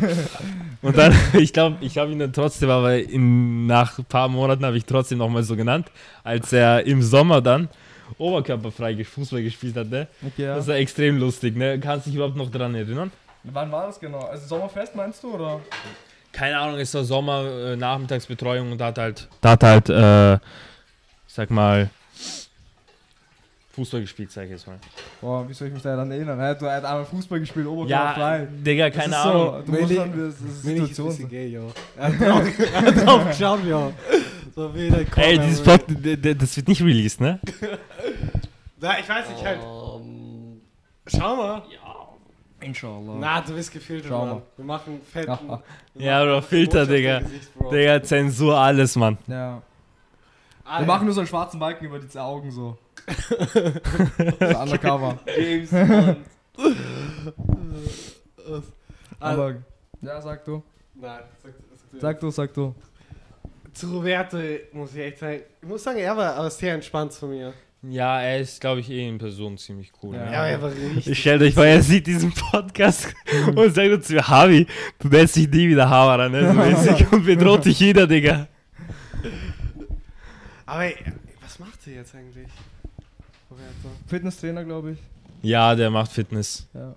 C: Und dann, [laughs] ich glaube, ich habe ihn dann trotzdem, aber in, nach ein paar Monaten habe ich trotzdem nochmal so genannt, als er im Sommer dann oberkörperfrei ges- Fußball gespielt hat, ne?
A: Okay, ja.
C: Das war extrem lustig, ne? Kannst dich überhaupt noch dran erinnern?
A: Wann war das genau? Also Sommerfest meinst du, oder?
C: Keine Ahnung, es war Sommer, äh, Nachmittagsbetreuung und da hat halt. Da hat halt, äh, ich sag mal, Fußball gespielt, sag ich jetzt mal.
A: Boah, wie soll ich mich daran erinnern? Er hat, er hat einmal Fußball gespielt,
C: Ja,
A: oberkörperfrei.
C: Digga, keine
A: das ist
C: Ahnung.
A: So, du musst
D: Milli-
A: dann, das ist
D: Milch ist ein
A: Situation.
D: bisschen
A: sein.
D: gay, yo. Er hat drauf- er hat drauf geschaut, yo. So wie der
C: Ey,
D: Corner-
C: dieses Pod, d- d- das wird nicht released, ne?
D: Na, ich weiß nicht,
C: Oh.
D: halt.
B: Ähm,
D: Schau mal.
A: Inshallah.
D: Na, du bist gefiltert,
A: Schau
D: Mann.
A: mal.
D: Wir machen fetten.
A: Ja,
D: wir
C: Ja,
D: machen
C: Bro,
D: fetten
C: Filter,
D: Botschaft im
C: Digga.
D: Gesicht, Bro.
C: Digga, Zensur, alles, Mann.
A: Ja.
D: Ah,
A: Wir machen nur so einen schwarzen Balken über die Augen so. so undercover.
C: [laughs]
B: James Bond.
D: Also,
A: Aber, ja, sag du.
D: nein, sag, sag,
A: Sag du, sag du.
D: Zu Roberto muss ich echt sagen. Ich muss sagen, er war aber sehr entspannt zu mir.
C: Ja, er ist, glaube ich, eh in Person ziemlich cool.
A: Ja.
C: ne?
A: Ja, aber er
D: war richtig.
C: Ich stelle euch vor, er sieht diesen Podcast [laughs] und sagt uns zu mir, Harvey, du nennst dich nie wieder Havara, ne? [laughs] So mäßig. Und bedroht dich jeder, Digga.
D: Aber ey, was macht er jetzt eigentlich? Roberto.
A: Fitnesstrainer, glaube ich.
C: Ja, der macht Fitness.
A: Ja.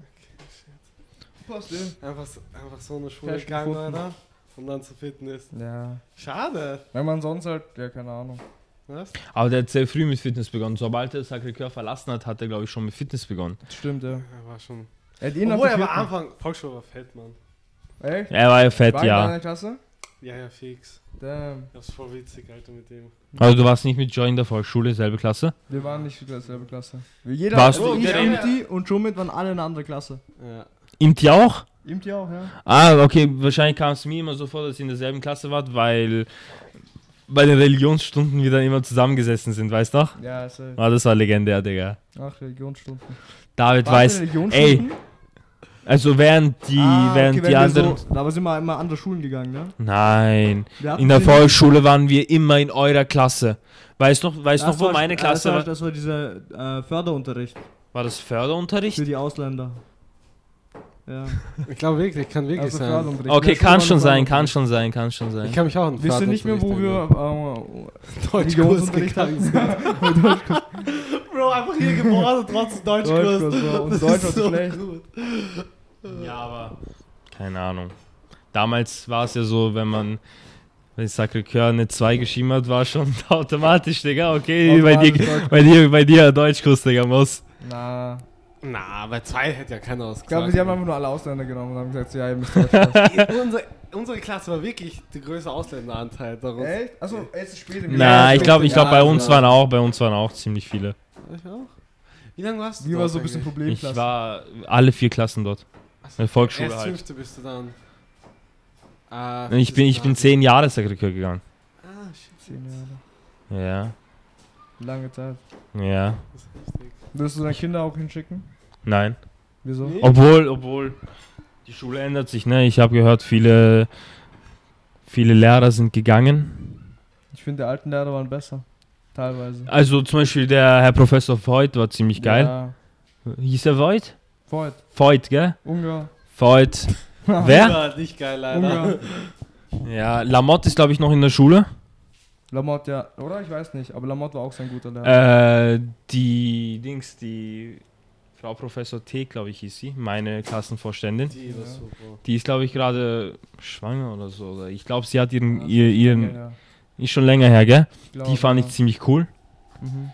A: Passt
D: Einfach, so- einfach so eine Schule
A: Vielleicht
D: gegangen,
A: gefunden.
D: oder? Und dann zu Fitness.
A: Ja.
D: Schade.
A: Wenn man sonst halt, ja, keine Ahnung.
D: Was?
C: Aber der hat sehr früh mit Fitness begonnen. Sobald er Sacré-Cœur verlassen hat, hat er, glaube ich, schon mit Fitness begonnen.
A: Stimmt, ja.
D: Er war schon.
A: Er hat ihn
D: Obwohl,
A: auf
D: er
A: der
D: war Anfang. Volksschule war fett, Mann.
A: vierten- Echt?
C: Er war ja fett,
A: War er in
C: ja.
A: deiner Klasse?
D: Ja, ja, fix.
A: Damn.
D: Das ist voll witzig, Alter, mit dem.
C: Also du warst nicht mit Joy in der Volksschule, selbe Klasse?
A: Wir waren nicht in derselben Klasse. Jeder,
C: Warst
A: also
C: du
A: ich,
C: in der-
A: Imti und Schumit waren alle in einer anderen Klasse.
D: Ja.
C: Imti auch?
A: Imti auch, ja.
C: Ah, okay, wahrscheinlich kam es mir immer so vor, dass ihr in derselben Klasse wart, weil bei den Religionsstunden wir dann immer zusammengesassen sind, weißt du noch?
A: Ja, ist halt.
C: Ah, das war legendär, Digga.
A: Ach, Religionsstunden.
C: David weiß,
A: Religionsstunden?
C: also während die,
A: Ah, okay,
C: während
A: wenn
C: die
A: wir
C: anderen...
A: So, aber sind wir immer andere Schulen gegangen, ne?
C: Nein,
A: Wir hatten
C: in der
A: die-
C: Volksschule waren wir immer in eurer Klasse. Weißt du noch, weißt
A: Ach,
C: noch, wo
A: das war-
C: meine
A: ah,
C: Klasse
A: Das war,
C: war?
A: das war dieser äh, Förderunterricht
C: War das Förderunterricht?
A: für die Ausländer. Ja.
D: Ich glaube wirklich, kann wirklich
A: Also
D: sein.
A: Förderunterricht.
C: Okay,
A: Das war
C: kann
A: noch
C: schon sein,
A: Förderunterricht.
C: kann schon sein, kann schon
D: Ich
C: sein.
D: kann mich auch an
A: Wisst ihr nicht mehr, wo wir
D: wir
A: äh,
D: Deutschkurs
A: Religionsunterricht
D: gegangen
A: hatten?
D: sind? Bro, einfach hier geboren und trotzdem Deutschkurs.
A: Deutschkurs, Bro. Und
D: Das
A: Deutsch
D: ist
A: war so schlecht.
D: gut.
C: Ja, aber. Keine Ahnung. Damals war es ja so, wenn man. Wenn Sacré-Cœur eine 2 geschrieben hat, war schon [laughs] automatisch, Digga. Okay, bei dir,
A: Automatisch
C: bei dir, bei dir Deutschkurs, Digga, muss.
A: Na.
D: Na, bei zwei hätte ja keiner was
A: Ich glaube,
D: gesagt.
A: sie haben einfach nur alle Ausländer genommen und haben gesagt, so, ja, ihr müsst Deutsch.
D: unsere, unsere Klasse war wirklich der größte Ausländeranteil. Darum.
A: Echt? Achso, jetzt ist spät im
C: Na, ich glaube, ich
D: glaub,
C: glaube, bei
D: ja, also
C: uns
D: ja.
C: waren auch, bei uns waren auch ziemlich viele.
D: Ich auch. Wie lange warst du
A: Wie war
D: dort
A: so ein bisschen
D: eigentlich?
C: Ich
A: Problemklasse?
C: war alle vier Klassen dort.
D: Achso,
C: Eine Volksschule
D: Erst
C: halt.
D: fünfte bist du dann. Ah,
C: Ich bin, ich bin
D: fünfte
C: zehn Jahre Sacré-Cœur gegangen.
D: Gymnasium. Ah, shit.
A: Zehn Jahre.
C: Ja,
A: Lange Zeit.
C: ja.
D: Das ist heftig.
A: Würdest du deine Kinder auch hinschicken?
C: Nein.
A: Wieso?
D: Nee.
C: Obwohl, obwohl, die Schule ändert sich, ne? Ich habe gehört, viele, viele Lehrer sind gegangen.
A: Ich finde, die alten Lehrer waren besser. Teilweise.
C: Also zum Beispiel der Herr Professor Voigt war ziemlich geil.
A: Ja.
C: Hieß er Voigt?
A: Voigt.
C: Voigt, gell?
A: Ungar. [laughs]
C: Voigt. Wer?
D: War nicht geil, leider.
A: Ungar.
C: Ja, Lamotte ist, glaube ich, noch in der Schule.
A: Lamotte ja, oder? Ich weiß nicht, aber Lamotte war auch so ein guter Lehrer.
C: Äh, die Dings, die Frau Professor T, glaube ich, hieß sie, meine Klassenvorständin.
D: Die
A: Ja.
D: war super.
C: Die ist, glaube ich, gerade schwanger oder so. Oder ich glaube, sie hat ihren,
A: Ja,
C: Ähm, ihr,
A: so
C: ihren,
A: länger, ja.
C: ist schon länger her, gell?
A: Ich glaub,
C: Die fand
A: ja.
C: ich ziemlich cool.
A: Mhm.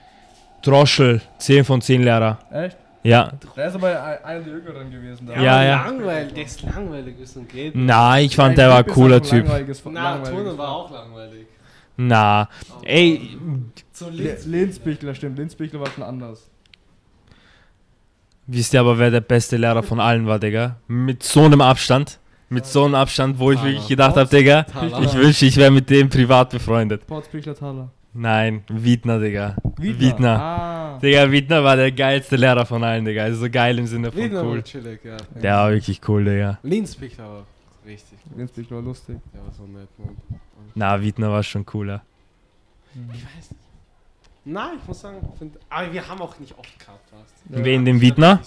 C: Droschel, 10 von 10 Lehrer.
A: Echt?
C: Ja.
A: Der ist aber ein- einer der Jüngeren gewesen. Da.
C: Ja,
D: aber
C: ja.
D: Langweilig, der ist langweilig, ist ein Geld.
C: Na, ich fand, der war ein
A: Typ ist
C: cooler
A: einfach
C: Typ.
A: langweiliges-
D: Na,
A: langweiliges
D: Tone war
A: Fach.
D: auch langweilig.
C: Na, ey,
D: So
A: Le-
D: Linz.
A: Linzbichler, stimmt. Linzbichler war schon anders.
C: wisst ihr aber, wer der beste Lehrer von allen war, Digga? Mit so einem Abstand. Mit so einem Abstand, wo ich
D: Thaler.
C: wirklich gedacht habe, Digga,
D: Thaler.
C: ich wünsche, ich wäre mit dem privat befreundet.
A: Potzbichler Thaler.
C: Nein, Wiedner, Digga. Wiedner.
A: Ah.
C: Digga, Wiedner war der geilste Lehrer von allen, Digga. Also geil im Sinne von
D: Wiener war
C: cool.
D: chillig, ja.
C: Der war wirklich cool, Digga.
D: Linz pickt aber richtig.
A: Linzbichler war lustig.
D: Der war so nett, Mann.
C: Na, Wiedner war schon cooler.
A: Mhm.
D: Ich weiß nicht. Nein, ich muss sagen, find, aber wir haben auch nicht oft gehabt, was.
A: Ja.
C: Wen, den Wiedner?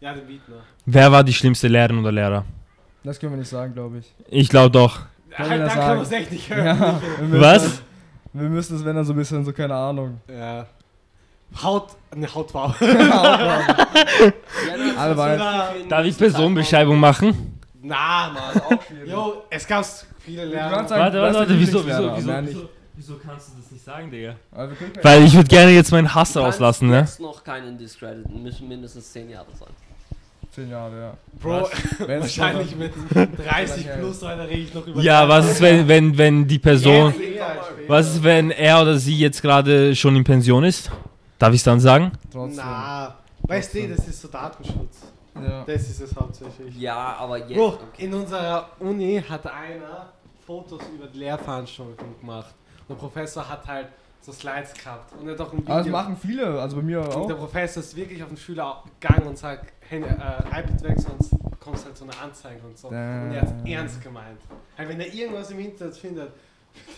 D: Ja, den Wiedner.
C: Wer war die schlimmste Lehrerin oder Lehrer?
A: Das können wir nicht sagen, glaube ich.
C: Ich glaube doch.
A: Kann man
D: halt,
A: das
D: dann kann
A: sagen?
D: man es echt nicht hören.
A: [laughs] Ja, wir müssen-
C: Was?
A: Wir müssen es, wenn dann so ein bisschen so, keine [laughs] Ahnung.
D: Ja. Haut, ne, Haut war [laughs]
A: Alle waren-
C: Darf ich Personenbeschreibung machen?
D: Na, Mann. Auch jo, es gab viele Lehrer.
A: Sagen,
C: Warte,
A: du hast
C: warte, warte,
A: den
C: wieso, wieso,
A: Lieblingslehrer,
C: wieso,
A: mehr
C: wieso,
A: nicht.
C: wieso kannst du das nicht sagen, Digga?
A: Also wir können-
C: Weil ich würde gerne jetzt meinen Hass rauslassen, ne?
B: Jetzt noch keinen discrediten, müssen mindestens 10 Jahre sein.
A: Zehn Jahre, ja.
D: Bro,
A: Wenn es
D: [laughs] wahrscheinlich
A: so-
D: mit 30 plus, Alter, rede ich noch über
C: Ja, was ist, wenn, wenn, wenn die Person.
D: Ja,
C: Was ist, wenn er oder sie jetzt gerade schon in Pension ist? Darf ich dann sagen? [laughs]
A: Trotzdem.
D: Na, weißt du, das ist so Datenschutz.
A: Ja.
D: Das ist es hauptsächlich.
B: Ja, aber jetzt.
D: Bro, in unserer Uni hat einer Fotos über die Lehrveranstaltung gemacht. Und der Professor hat halt so Slides gehabt. Und er hat auch ein Video.
A: Aber Ah, das machen viele, also bei mir
D: und der
A: auch.
D: Professor ist wirklich auf den Schüler gegangen und sagt, Handy, äh, iPad weg, sonst kommst halt so eine Anzeige und so. Und er hat
A: Damn.
D: ernst gemeint. Halt, wenn er irgendwas im Internet findet, [laughs]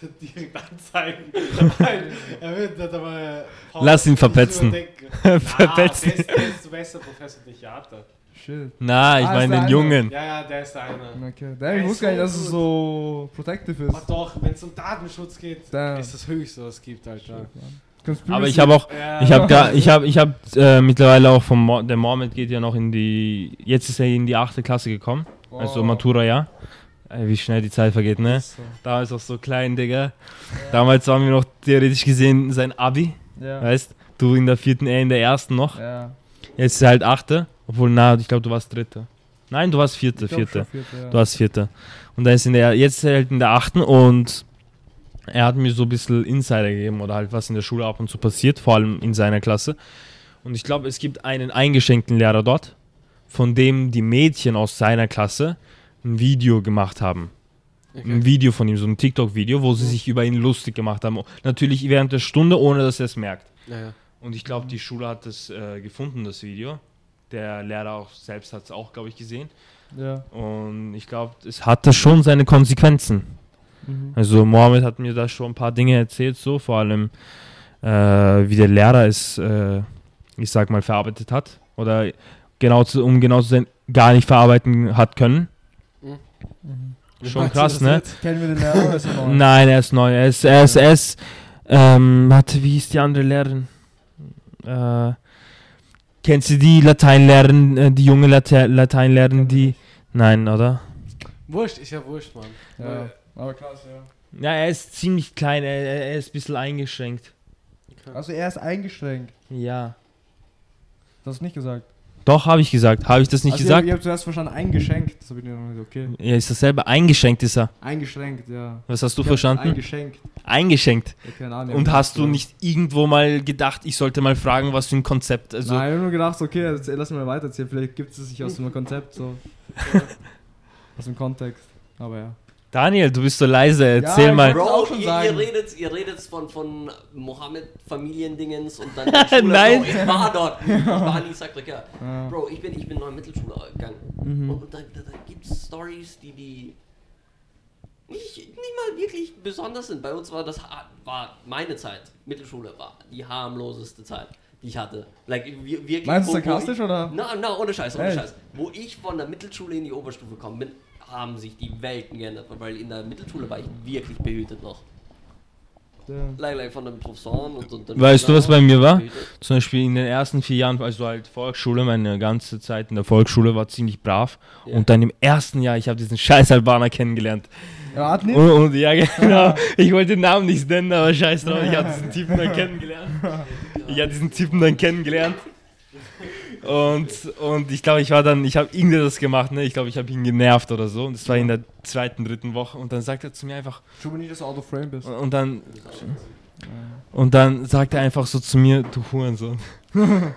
D: wird er direkt anzeigen. [laughs] Weil er wird das aber... äh,
C: Lass ihn verpetzen. [laughs]
D: überdenken. Na,
C: Verpetzen.
D: Der ist, der ist der beste Professor, den ich hatte.
A: Shit.
C: Na, ich
A: Ah, ist
C: meine
A: der
C: den
A: eine.
C: Jungen.
D: Ja, ja, der ist der eine.
A: Okay. Damn, ich
D: Ey,
A: wusste gar nicht,
D: so
A: dass es
D: gut.
A: so protective
D: Aber
A: ist.
D: doch, wenn es um Datenschutz geht,
A: Damn.
D: ist das höchste, was es gibt, Alter.
A: Conspiracy.
C: Aber ich habe auch.
D: Ja,
C: Ich habe gar, ich habe, ich habe äh, mittlerweile auch vom Mo der Mohammed geht ja noch in die, jetzt ist er in die achte Klasse gekommen, also
A: Wow.
C: Matura ja. Ey, wie schnell die Zeit vergeht, ne?
A: So.
C: Damals auch so klein, Digga. Damals waren wir noch theoretisch gesehen sein Abi,
A: Ja.
C: weißt? Du in der vierten, er in der ersten noch.
A: Ja.
C: Jetzt ist er halt achte, obwohl na, ich glaube du warst dritte. Nein, du warst vierte,
A: Ich glaub
C: vierte.
A: schon vierte ja.
C: Du warst Vierter. Und er ist in der, jetzt ist er halt in der achten und er hat mir so ein bisschen Insider gegeben oder halt was in der Schule ab und zu passiert, vor allem in seiner Klasse. Und ich glaube, es gibt einen eingeschenkten Lehrer dort, von dem die Mädchen aus seiner Klasse ein Video gemacht haben. Ein Video von ihm, so ein TikTok-Video, wo sie sich über ihn lustig gemacht haben. Natürlich während der Stunde, ohne dass er es merkt. Und ich glaube, die Schule hat es äh, gefunden, das Video. Der Lehrer auch selbst hat es auch, glaube ich, gesehen.
A: ja.
C: Und ich glaube, es hatte schon seine Konsequenzen.
A: Mhm.
C: Also Mohammed hat mir da schon ein paar Dinge erzählt, so vor allem äh, wie der Lehrer es, äh, ich sag mal, verarbeitet hat. Oder genau zu, um genau zu sein, gar nicht verarbeiten hat können.
A: Mhm.
C: Schon krass, ne?
A: Kennen wir den Lehrer oder ist er neu?
C: Nein, er ist neu. Er ist, er ist, er ist ähm, warte, wie hieß die andere Lehrerin? Äh, kennst du die Lateinlehrerin, äh, die junge Late Lateinlehrerin, die... Nein, oder?
D: Wurscht, ist ja wurscht, Mann.
A: Ja. Aber krass, ja.
C: Ja, er ist ziemlich klein, er, er er ist ein bisschen eingeschränkt.
A: Also er ist eingeschränkt.
C: Ja.
A: Das hast du nicht gesagt.
C: Doch, habe ich gesagt. Habe ich das nicht
A: also
C: gesagt?
A: Ihr, ihr habt zuerst verstanden, eingeschenkt. Das hab ich dir noch nicht, okay.
C: Ja, ist dasselbe. Eingeschenkt ist er.
A: Eingeschränkt, ja.
C: Was hast du
A: Ich hab
C: verstanden?
A: Eingeschenkt.
C: Eingeschenkt.
A: Ja, keine Ahnung.
C: Und hast du nicht irgendwo mal gedacht, ich sollte mal fragen, was für ein Konzept. Also,
A: Nein, ich hab nur gedacht, okay, jetzt lass mal weitererzählen. Vielleicht gibt es sich aus dem Konzept
C: [laughs]
A: so. aus dem Kontext. Aber ja.
C: Daniel, du bist so leise. Erzähl
A: Ja, ich
C: mal.
A: wollte-
B: Bro,
A: auch schon
B: ihr, ihr
A: sagen.
B: redet, ihr redet von, von Mohammed Familiendingens und dann der Schule.
C: Nein.
B: Bro, ich war dort. Ich war nie Sacré-Cœur.
A: Ja.
B: Bro, ich bin, ich bin neu in Mittelschule gegangen.
A: Mhm.
B: Und da, da, da gibt es Stories, die, die nicht, nicht mal wirklich besonders sind. Bei uns war das ha- war meine Zeit. Mittelschule war die harmloseste Zeit, die ich hatte. Like, wir- wirklich,
A: Meinst du
B: wo- wo ich-
A: sarkastisch oder?
B: Na, na, ohne Scheiß, ohne
A: Echt?
B: Scheiß. Wo ich von der Mittelschule in die Oberstufe gekommen bin, haben sich die Welten geändert, weil in der Mittelschule war ich wirklich behütet noch.
A: Ja.
B: Like, like von den Professoren und, und den
C: Weißt du, was bei
B: Lehrern.
C: mir war? Zum Beispiel in den ersten vier Jahren, also halt Volksschule, meine ganze Zeit in der Volksschule war ziemlich brav.
B: Ja.
C: Und dann im ersten Jahr, ich habe diesen scheiß Albaner kennengelernt.
A: Rat nicht?
C: Und, und ja, genau. Ich wollte den Namen nicht nennen, aber scheiß drauf, ich habe diesen Typen dann kennengelernt. Ich habe diesen Typen dann kennengelernt. Und, und ich glaube, ich war dann, ich habe irgendetwas gemacht, ne? Ich glaube, ich habe ihn genervt oder so. Und das war in der zweiten, dritten Woche. Und dann sagt er zu mir einfach,
A: Schon mal nicht, dass du out of frame bist.
C: und dann. Und dann sagt er einfach so zu mir, du Hurensohn.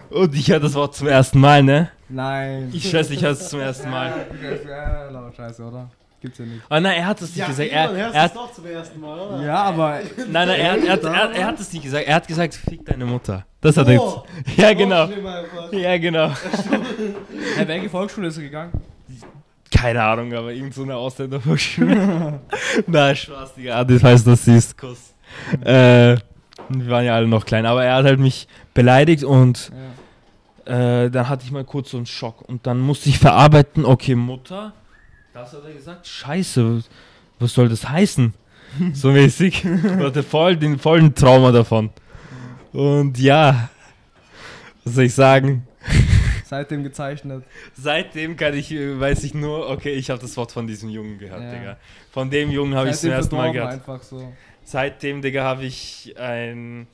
C: Und ich höre das Wort zum ersten Mal, ne?
A: Nein.
C: Ich schätze, ich höre es zum ersten Mal.
A: Ja, laut Scheiße, oder? Gibt's ja nicht.
C: Aber nein, er hat es nicht gesagt. Er, er
D: hörst es
C: hat,
D: doch zum ersten Mal, oder?
A: Ja, aber
C: nein, nein, er, hat- er, hat- er, er hat es nicht gesagt. Er hat gesagt, fick deine Mutter. Das hat er
D: Oh,
C: gesagt. [laughs] Ja,
D: noch
C: genau.
D: schlimmer einfach.
C: Ja, genau.
A: hey, welche Volksschule ist er gegangen?
C: Keine Ahnung, aber irgend so eine Ausländerhochschule. Na, Spaß, Digga. Ah, Das heißt, das ist Kuss. Äh, wir waren ja alle noch klein. Aber er hat halt mich beleidigt und
A: Ja.
C: äh, dann hatte ich mal kurz so einen Schock und dann musste ich verarbeiten, okay, Mutter, das hat er gesagt, scheiße, was soll das heißen? So mäßig. Ich hatte voll den vollen Trauma davon. Und ja, was soll ich sagen?
A: Seitdem gezeichnet.
C: Seitdem kann ich, äh, weiß ich nur, okay, ich habe das Wort von diesem Jungen gehört,
A: Ja.
C: Digga. Von dem Jungen habe ich zum
A: Seitdem
C: ersten Mal
A: verdorben
C: gehört.
A: einfach so.
C: Seitdem, Digga, habe ich ein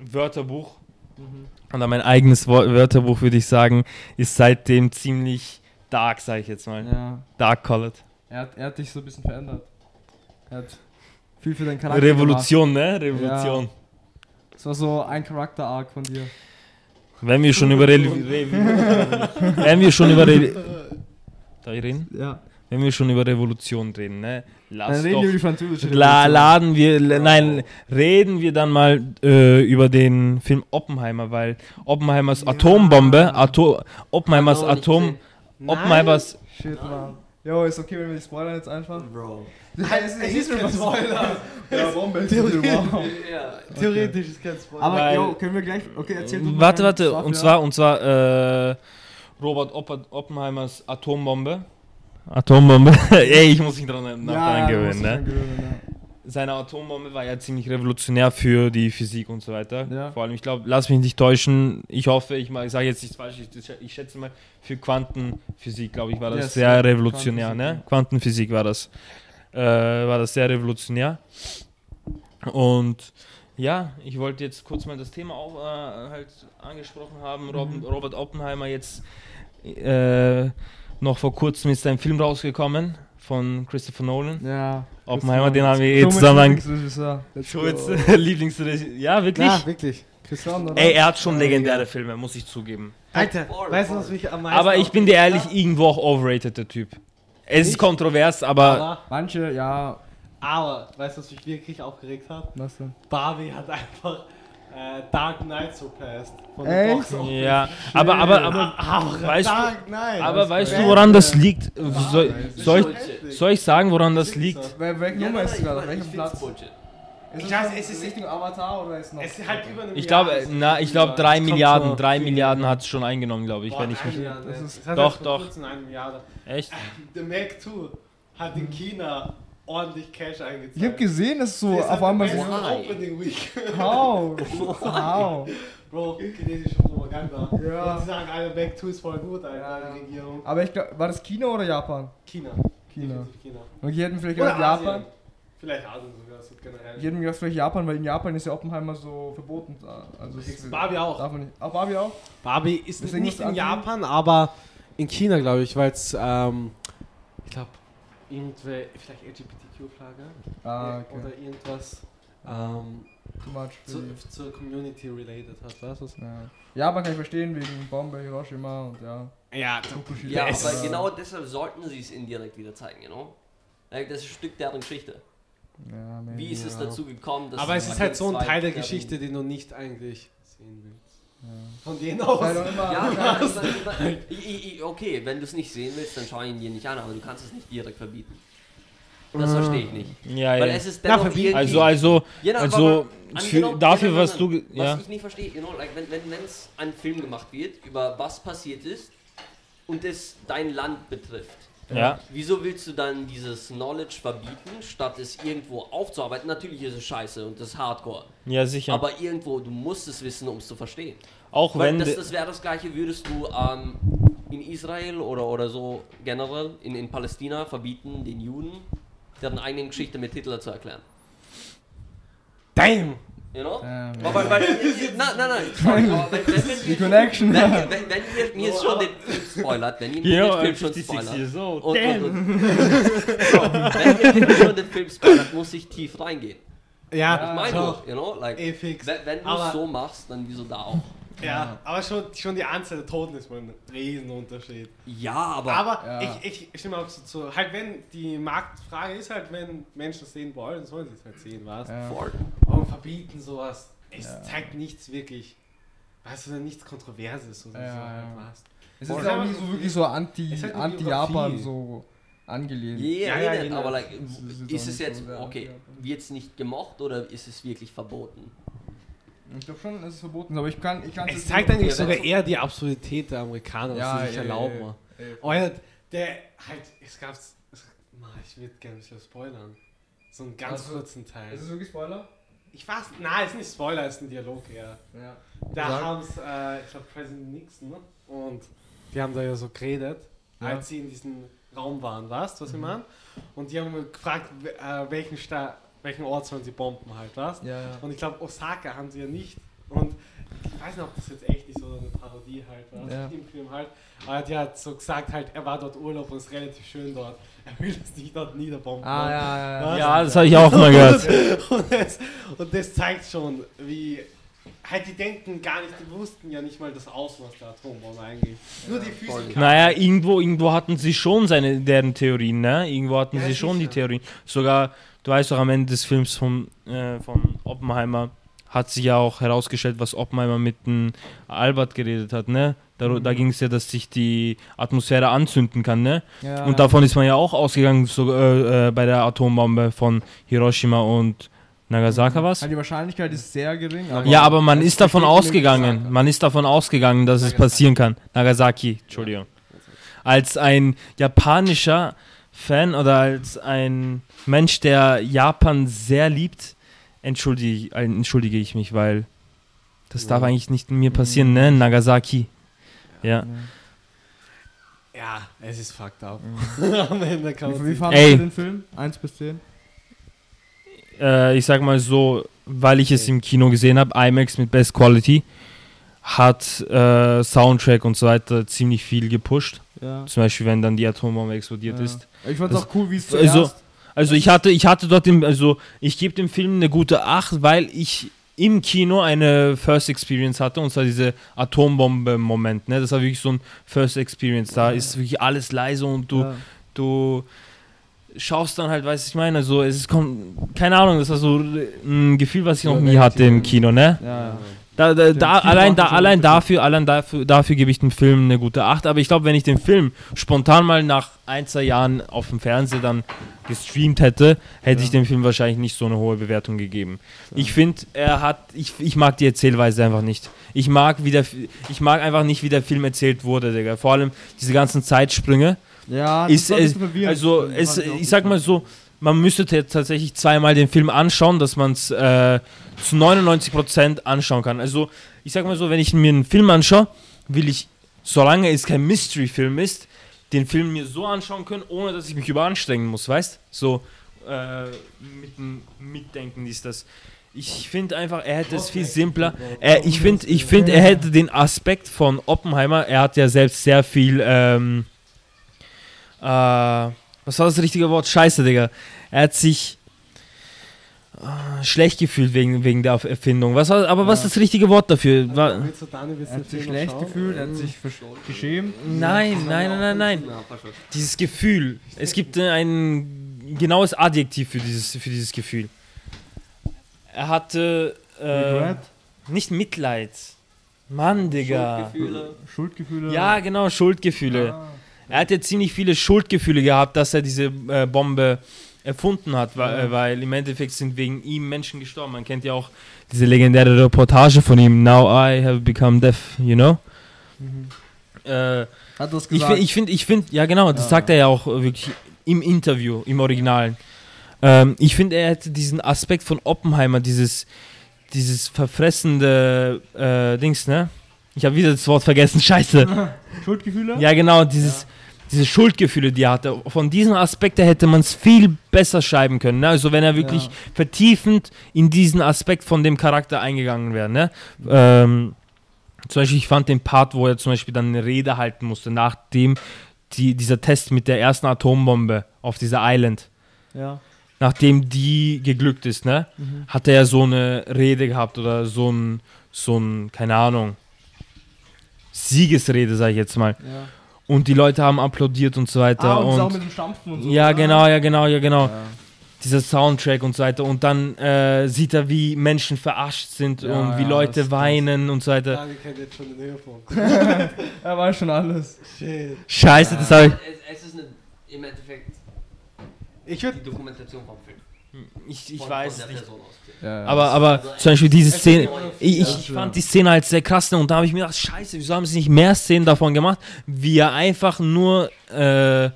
C: Wörterbuch.
A: Mhm.
C: Und dann mein eigenes Wo- Wörterbuch, würde ich sagen, ist seitdem ziemlich dark, sage ich jetzt mal.
A: Ja.
C: Dark colored.
A: Er hat, er hat dich so ein bisschen verändert. Er hat viel für deinen Charakter
C: Revolution, ne? Revolution.
A: Gemacht. Das war so ein Charakter-Arc von dir.
C: Wenn wir schon über
A: [laughs]
C: Re Re Wenn wir schon über Re Darf ich reden?
A: Ja.
C: Wenn wir schon über Revolution reden, ne? Lass
A: Dann reden wir über
C: doch
A: die französische
C: La
A: Revolution.
C: laden wir, le- nein, reden wir dann mal äh, über den Film Oppenheimer, weil Oppenheimers Atombombe, Ato Oppenheimers
B: Hat man aber
C: Atom,
B: nicht
C: Oppenheimers,
A: Shit, Mann. Jo, ist okay, wenn wir die spoilern jetzt einfach?
D: [laughs]
B: Bro.
A: Nein, es
D: es ist kein Spoiler.
A: Ja, warum bist du
D: [laughs]
A: wow.
B: Ja,
D: Theoretisch ist kein Spoiler.
A: Aber,
C: Weil-
A: jo, können wir gleich. Okay, erzähl du mal
C: warte,
A: deine
C: warte,
A: Story,
C: und
A: ja.
C: zwar, und zwar äh, Robert Oppa- Oppenheimers Atombombe. Atombombe, [laughs] ey, ich muss mich dran nach
A: Ja,
C: dran
A: ja, du musst
C: gewöhnen,
A: dich
C: ne?
A: dran gewöhnen,
C: seine Atombombe war ja ziemlich revolutionär für die Physik und so weiter.
A: Ja.
C: Vor allem, ich glaube, lass mich nicht täuschen. Ich hoffe, ich, mal- ich sage jetzt nichts Falsches. Ich, ich schätze mal, für Quantenphysik, glaube ich, war das
A: Yes,
C: sehr
A: ja,
C: revolutionär.
A: Quantenphysik,
C: ne? Quantenphysik war das. Äh, war das sehr revolutionär. Und ja, ich wollte jetzt kurz mal das Thema auch äh, halt angesprochen haben. Rob, Robert Oppenheimer jetzt äh, noch vor kurzem ist ein Film rausgekommen von Christopher Nolan.
A: Ja. ja.
C: Oppenheimer, den haben wir eh
A: Schumann-
C: zusammen ange
A: Lieblingsregisseur. Let's go.
C: [laughs] Schulz, Lieblingsregisseur. Ja, wirklich?
D: ja, wirklich.
A: Christian, oder?
C: Ey, er hat schon legendäre Filme, muss ich zugeben.
D: Alter,
B: Boring,
D: weißt du,
B: boring.
D: was mich am meisten
C: Aber ich bin dir ehrlich, irgendwo auch overrated, der Typ. Es ist
D: Nicht?
C: kontrovers, aber
D: aber,
A: Manche, ja,
D: aber, weißt du, was mich wirklich aufgeregt hat?
A: was denn?
D: Barbie hat einfach äh, Dark Knight surpassed. Von den
A: Echt?
D: Box Office.
C: ja, aber aber aber
D: Aber
C: weißt du,
D: Dark Knight.
C: aber weißt du,
D: crazy.
C: woran das liegt? Soll,
A: weiß
C: soll, ich,
D: Heftig.
C: soll ich sagen, woran das liegt?
A: Wel welche Nummer ist gerade?
B: ich
A: Welchen
B: find's
A: Platz?
B: Bullshit.
A: Ist
D: Ich weiß, es ist-
A: Richtung Avatar oder ist noch?
D: Es ist halt über eine
C: Ich glaube,
D: Milliarde.
C: na, ich glaube, drei
D: Kommt
C: Milliarden,
D: schon.
C: drei Milliarden hat es schon eingenommen, glaube ich,
D: Boah,
C: wenn ich
D: eine
C: mich.
D: Milliarde.
A: Das ist-
D: Es hat
C: Doch,
D: erst vor
C: doch.
D: kurzem eine Milliarde.
C: Echt?
D: The Mac 2 hat in China ordentlich Cash eingezahlt.
A: Ich hab gesehen, dass so
D: Das
A: auf
D: hat
A: einmal
D: the
A: so.
D: best
B: Why?
D: Opening Week.
A: How?
D: [laughs]
A: How?
D: Bro, chinesische Propaganda.
A: Ja.
D: Und sie sagen alle, Mac 2 ist voll gut, Alter,
A: Ja, ja.
D: die Regierung.
A: Aber ich glaube, war das China oder Japan?
D: China.
A: China.
D: Definitiv China.
A: Und die hätten vielleicht
D: Oder
A: gedacht Japan.
D: Asien. Vielleicht Asien sogar, das wird
A: Die
D: generell.
A: hätten gedacht vielleicht Japan, weil in Japan ist ja Oppenheimer so verboten. Also es ist-
D: Barbie auch.
A: Darf man nicht. Auch Barbie auch?
D: Barbie ist
A: Deswegen musst
D: nicht
A: du
D: in
A: anfangen.
D: Japan, aber in China, glaube ich, weil es, ähm, ich glaube, irgendwelche, vielleicht LGBTQ-Flagge
A: Ah,
D: oder
A: okay.
D: irgendwas ähm,
A: Too much.
D: zu,
A: really.
D: zur Community related hat, weißt du? was?
A: Ja. Japan kann ich verstehen wegen Bombe, Hiroshima und ja.
D: Ja,
A: Fukushima.
B: Ja,
D: Es-
B: aber genau deshalb sollten sie es indirekt wieder zeigen, you know? Like, das ist ein Stück deren Geschichte.
A: Ja, maybe.
B: Wie ist es
D: Ja.
B: dazu gekommen, dass...
D: aber es ist halt so ein
B: zwei
D: Teil der
B: deren-
D: Geschichte, den du nicht eigentlich sehen willst.
A: Ja.
D: Von denen aus.
A: Weil doch halt immer-
D: [laughs]
B: Ja, nein, nein, nein, nein. I- I- I- okay, wenn du es nicht sehen willst, dann schau ihn dir nicht an, aber du kannst es nicht direkt verbieten. Das verstehe
C: Ah.
B: ich nicht.
C: Ja,
B: Weil
C: ja.
B: es ist
D: Na,
B: dennoch
D: verbieten-
B: irgendwie...
C: Also, also,
B: Ja, na,
C: also,
B: aber-
C: für, dafür,
B: genau,
C: was du. ge-
B: Was
C: Ja.
B: ich nicht verstehe, you know, like, wenn es wenn, wenn's ein Film gemacht wird, über was passiert ist und es dein Land betrifft,
C: Ja.
B: Wieso willst du dann dieses Knowledge verbieten, statt es irgendwo aufzuarbeiten? Natürlich ist es scheiße und das ist hardcore.
C: Ja, sicher.
B: Aber irgendwo, du musst es wissen, um es zu verstehen.
C: auch
B: Weil
C: wenn.
B: das,
C: de-
B: das wäre das gleiche, würdest du ähm, in Israel oder, oder so generell in, in Palästina verbieten, den Juden deren eigene Geschichte mit Hitler zu erklären.
D: Damn!
B: You know?
A: Ja,
B: Aber weil, weil,
A: [laughs]
B: nein, nein, nein. Sorry, aber wenn, wenn, wenn,
A: Die Connection.
B: Wenn, wenn, wenn, ihr mir schon den Film spoilert, wenn ihr mir
C: Ja,
B: den Film schon
C: 56
B: spoilert.
C: years old.
B: Und,
C: Damn.
B: und, und. So, wenn ihr mir schon den Film spoilert, muss ich tief reingehen.
D: Ja,
A: Ah,
B: Ich meine,
D: doch.
B: you know, like,
D: Ey, fix.
B: wenn, wenn du
D: Aber-
B: es so machst, dann wieso da auch?
D: Ja, aber schon, schon die Anzahl der Toten ist mal ein Riesenunterschied.
B: Ja, aber,
D: Aber
A: Ja.
D: ich, ich, ich stimme auch zu, zu. Halt, wenn die Marktfrage ist halt, wenn Menschen es sehen wollen, dann sollen sie es halt sehen, was?
A: Ja.
B: Voll.
D: Und verbieten sowas. Es zeigt nichts wirklich. Weißt du, nichts Kontroverses oder
A: Ja,
D: so.
A: ja.
D: Halt, was.
A: Es
D: Voll.
A: ist auch nie so wirklich so
D: Es ist halt
A: anti-
D: eine
A: anti-Japan
D: Biografie.
A: so angelehnt.
B: Yeah,
D: Ja, ja,
B: eh nicht,
D: eh
B: aber like,
D: nicht.
A: Das ist jetzt auch
B: ist, es
A: nicht
B: jetzt,
A: so der-
B: okay,
A: ja.
B: wird es nicht gemocht oder ist es wirklich verboten?
A: Ich glaube schon, es ist verboten, aber ich kann ich kann
D: Es zeigt eigentlich
B: Ja,
D: sogar
B: wenn-
D: eher die Absurdität der Amerikaner, was
A: Ja,
D: sie sich
A: ja, ja,
D: erlauben.
A: ja.
C: eh-
D: Oh ja, der halt, es gab, es, Mann, ich würde gerne ein bisschen spoilern. So einen ganz
A: Also,
D: kurzen Teil.
A: Ist es wirklich Spoiler?
D: Ich weiß, nein, ist nicht Spoiler, ist ein Dialog eher.
A: Ja.
D: Da
A: Sag.
D: haben es, äh, ich glaube, President Nixon, ne? Und die haben da ja so geredet,
A: Ja. Mhm.
D: als sie in diesem Raum waren, weißt du, was ich meine? Und die haben gefragt, w- äh, welchen, Sta welchen Ort sollen sie bomben halt, weißt
A: Ja, ja.
D: Und ich glaube, Osaka haben sie ja nicht. Und ich weiß nicht, ob das jetzt echt ist oder eine Parodie halt war,
A: Ja.
D: im Film halt. Aber die hat so gesagt, halt, er war dort Urlaub und es ist relativ schön dort. Er will es nicht dort niederbomben.
A: Ah, ja, ja, ja.
C: ja, das habe ich auch mal gehört.
D: Und das, und das zeigt schon, wie halt die denken gar nicht, die wussten ja nicht mal das Ausmaß der Atombombe eigentlich. Nur die Physiker.
C: Naja, irgendwo, irgendwo hatten sie schon seine, deren Theorien, ne? Irgendwo hatten
D: Ja,
C: sie schon die
D: sicher.
C: Theorien. Sogar, du weißt doch, am Ende des Films von, äh, von Oppenheimer hat sich ja auch herausgestellt, was Oppenheimer mit dem Albert geredet hat, ne? Da,
D: Mhm.
C: da ging es ja, dass sich die Atmosphäre anzünden kann, ne?
A: ja.
C: Und davon ist man ja auch ausgegangen, so, äh, äh, bei der Atombombe von Hiroshima und
D: Mhm.
C: Nagasaki was.
A: Halt, die Wahrscheinlichkeit ist sehr gering.
C: Ja, aber man ist davon
A: steht nirgends
C: ausgegangen.
A: gesagt.
C: Man ist davon ausgegangen, dass es passieren kann. Nagasaki, Entschuldigung. Als ein japanischer Fan oder als ein Mensch, der Japan sehr liebt, entschuldige, ich- äh, entschuldige ich mich, weil das darf eigentlich nicht mir passieren, ne? Nagasaki. Ja.
D: Ja, es ist fucked up. [laughs] Am Ende kann
A: Mhm. Wie,
D: man
A: wie
D: sich-
A: fandest
C: Ey.
A: du den Film? 1 bis 10?
C: Äh, ich sag mal so, weil ich es im Kino gesehen habe, IMAX mit Best Quality, hat äh, Soundtrack und so weiter ziemlich viel gepusht.
A: Ja.
C: Zum Beispiel, wenn dann die Atombombe explodiert ist.
A: Ich fand's
C: Das-
A: auch cool, wie es
C: also-
A: zuerst-
C: Also ich hatte, ich hatte dort im, also ich gebe dem Film eine gute 8, weil ich im Kino eine First Experience hatte und zwar diese Atombombe-Moment. Ne? Das war wirklich so ein First Experience. Da ist wirklich alles leise und du,
A: ja.
C: du schaust dann halt, weiß ich meine, so es ist kommt, keine Ahnung, das war so ein Gefühl, was ich noch nie hatte im Kino, ne?
A: Ja, ja.
C: Da, da, da,
A: Kino
C: allein
A: macht
C: da,
A: das schon
C: allein
A: Unterschied.
C: dafür, allein dafür, dafür gebe ich dem Film eine gute 8. Aber ich glaube, wenn ich den Film spontan mal nach ein, zwei Jahren auf dem Fernseher dann gestreamt hätte, hätte ich dem Film wahrscheinlich nicht so eine hohe Bewertung gegeben. Ich finde, er hat, ich, ich mag die Erzählweise einfach nicht. Ich mag, wie der, Fi- ich mag einfach nicht, wie der Film erzählt wurde, Digga. Vor allem diese ganzen Zeitsprünge.
A: ja das
C: Ist,
A: war ein
C: es,
A: bisschen verwirrend.
C: also,
A: Das
C: es,
A: fand auch
C: ich sag mal
A: gut.
C: so, man müsste jetzt tatsächlich zweimal den Film anschauen, dass man es äh, zu 99% anschauen kann. Also, ich sag mal so, wenn ich mir einen Film anschaue, will ich, solange es kein Mystery-Film ist, den Film mir so anschauen können, ohne dass ich mich überanstrengen muss, weißt? So, äh, mit, dem mitdenken ist das. Ich finde einfach, er hätte es viel simpler. Äh, ich finde, ich find, er hätte den Aspekt von Oppenheimer, er hat ja selbst sehr viel, ähm, äh, was war das richtige Wort? Scheiße, Digga. Er hat sich äh, schlecht gefühlt wegen, wegen der Erfindung. Was war, aber was
A: Ja.
C: ist das richtige Wort
D: Also,
C: dafür? War,
D: Willst du Dani, willst
A: Er
D: du
A: hat sich
D: den Film noch
A: schlecht
D: schauen? Mhm.
A: gefühlt, er hat sich versch- geschämt.
C: nein, nein, nein, nein, nein. Dieses Gefühl. Es gibt äh, ein genaues Adjektiv für dieses, für dieses Gefühl. Er hatte äh,
A: Regret,
C: nicht Mitleid. Mann, Digga.
B: Schuldgefühle.
A: Schuldgefühle.
C: Ja, genau, Schuldgefühle.
A: Ah.
C: Er hatte ziemlich viele Schuldgefühle gehabt, dass er diese äh, Bombe erfunden hat, weil,
A: Ja.
C: äh, weil im Endeffekt sind wegen ihm Menschen gestorben. Man kennt ja auch diese legendäre
A: Mhm.
C: Reportage von ihm, Now I have become deaf, you know? Äh,
A: Hat das
C: Ich
A: gesagt?
C: finde, ich finde, ich find, ja genau, das
A: Ja.
C: sagt er ja auch äh, wirklich im Interview, im Originalen. Ähm, ich finde, er hätte diesen Aspekt von Oppenheimer, dieses, dieses verfressende äh, Dings, ne? Ich habe wieder das Wort vergessen, [laughs] scheiße.
A: Schuldgefühle?
C: Ja genau, dieses, diese Schuldgefühle, die er hatte. Von diesem Aspekt her hätte man es viel besser schreiben können, ne? Also wenn er wirklich
A: Ja.
C: vertiefend in diesen Aspekt von dem Charakter eingegangen wäre, ne? Ähm, zum Beispiel, ich fand den Part, wo er zum Beispiel dann eine Rede halten musste, nachdem die, dieser Test mit der ersten Atombombe auf dieser Island,
A: Ja.
C: nachdem die geglückt ist, ne,
A: Mhm.
C: hat er ja so eine Rede gehabt oder so ein, so ein, keine Ahnung, Siegesrede, sag ich jetzt mal.
A: ja.
C: Und die Leute haben applaudiert und so weiter.
A: Ah, und, das
C: und
A: auch mit dem Stampfen und so.
C: ja, genau, ja, genau, ja, genau.
A: Ja.
C: Dieser Soundtrack und so weiter. Und dann äh, sieht er, wie Menschen verarscht sind
A: Ja,
C: und wie
A: ja, das-
C: Leute
A: das-
C: weinen und so weiter.
D: Daniel kennt jetzt schon den Höhepunkt.
A: Er weiß schon alles.
D: Shit.
C: Scheiße, das habe ich.
B: Es, es ist eine, im Endeffekt
D: Ich würde
B: die Dokumentation vom Film.
C: Ich,
B: Von-
C: ich
B: von
C: weiß
B: der
C: nicht.
B: Person ausgeht.
A: Ja, ja.
C: Aber, aber zum Beispiel diese Szene. Ich,
A: Ja,
C: ich
A: sure.
C: fand die Szene als sehr krass ne, und da habe ich mir gedacht, scheiße, wieso haben sie nicht mehr Szenen davon gemacht, wie er einfach nur äh,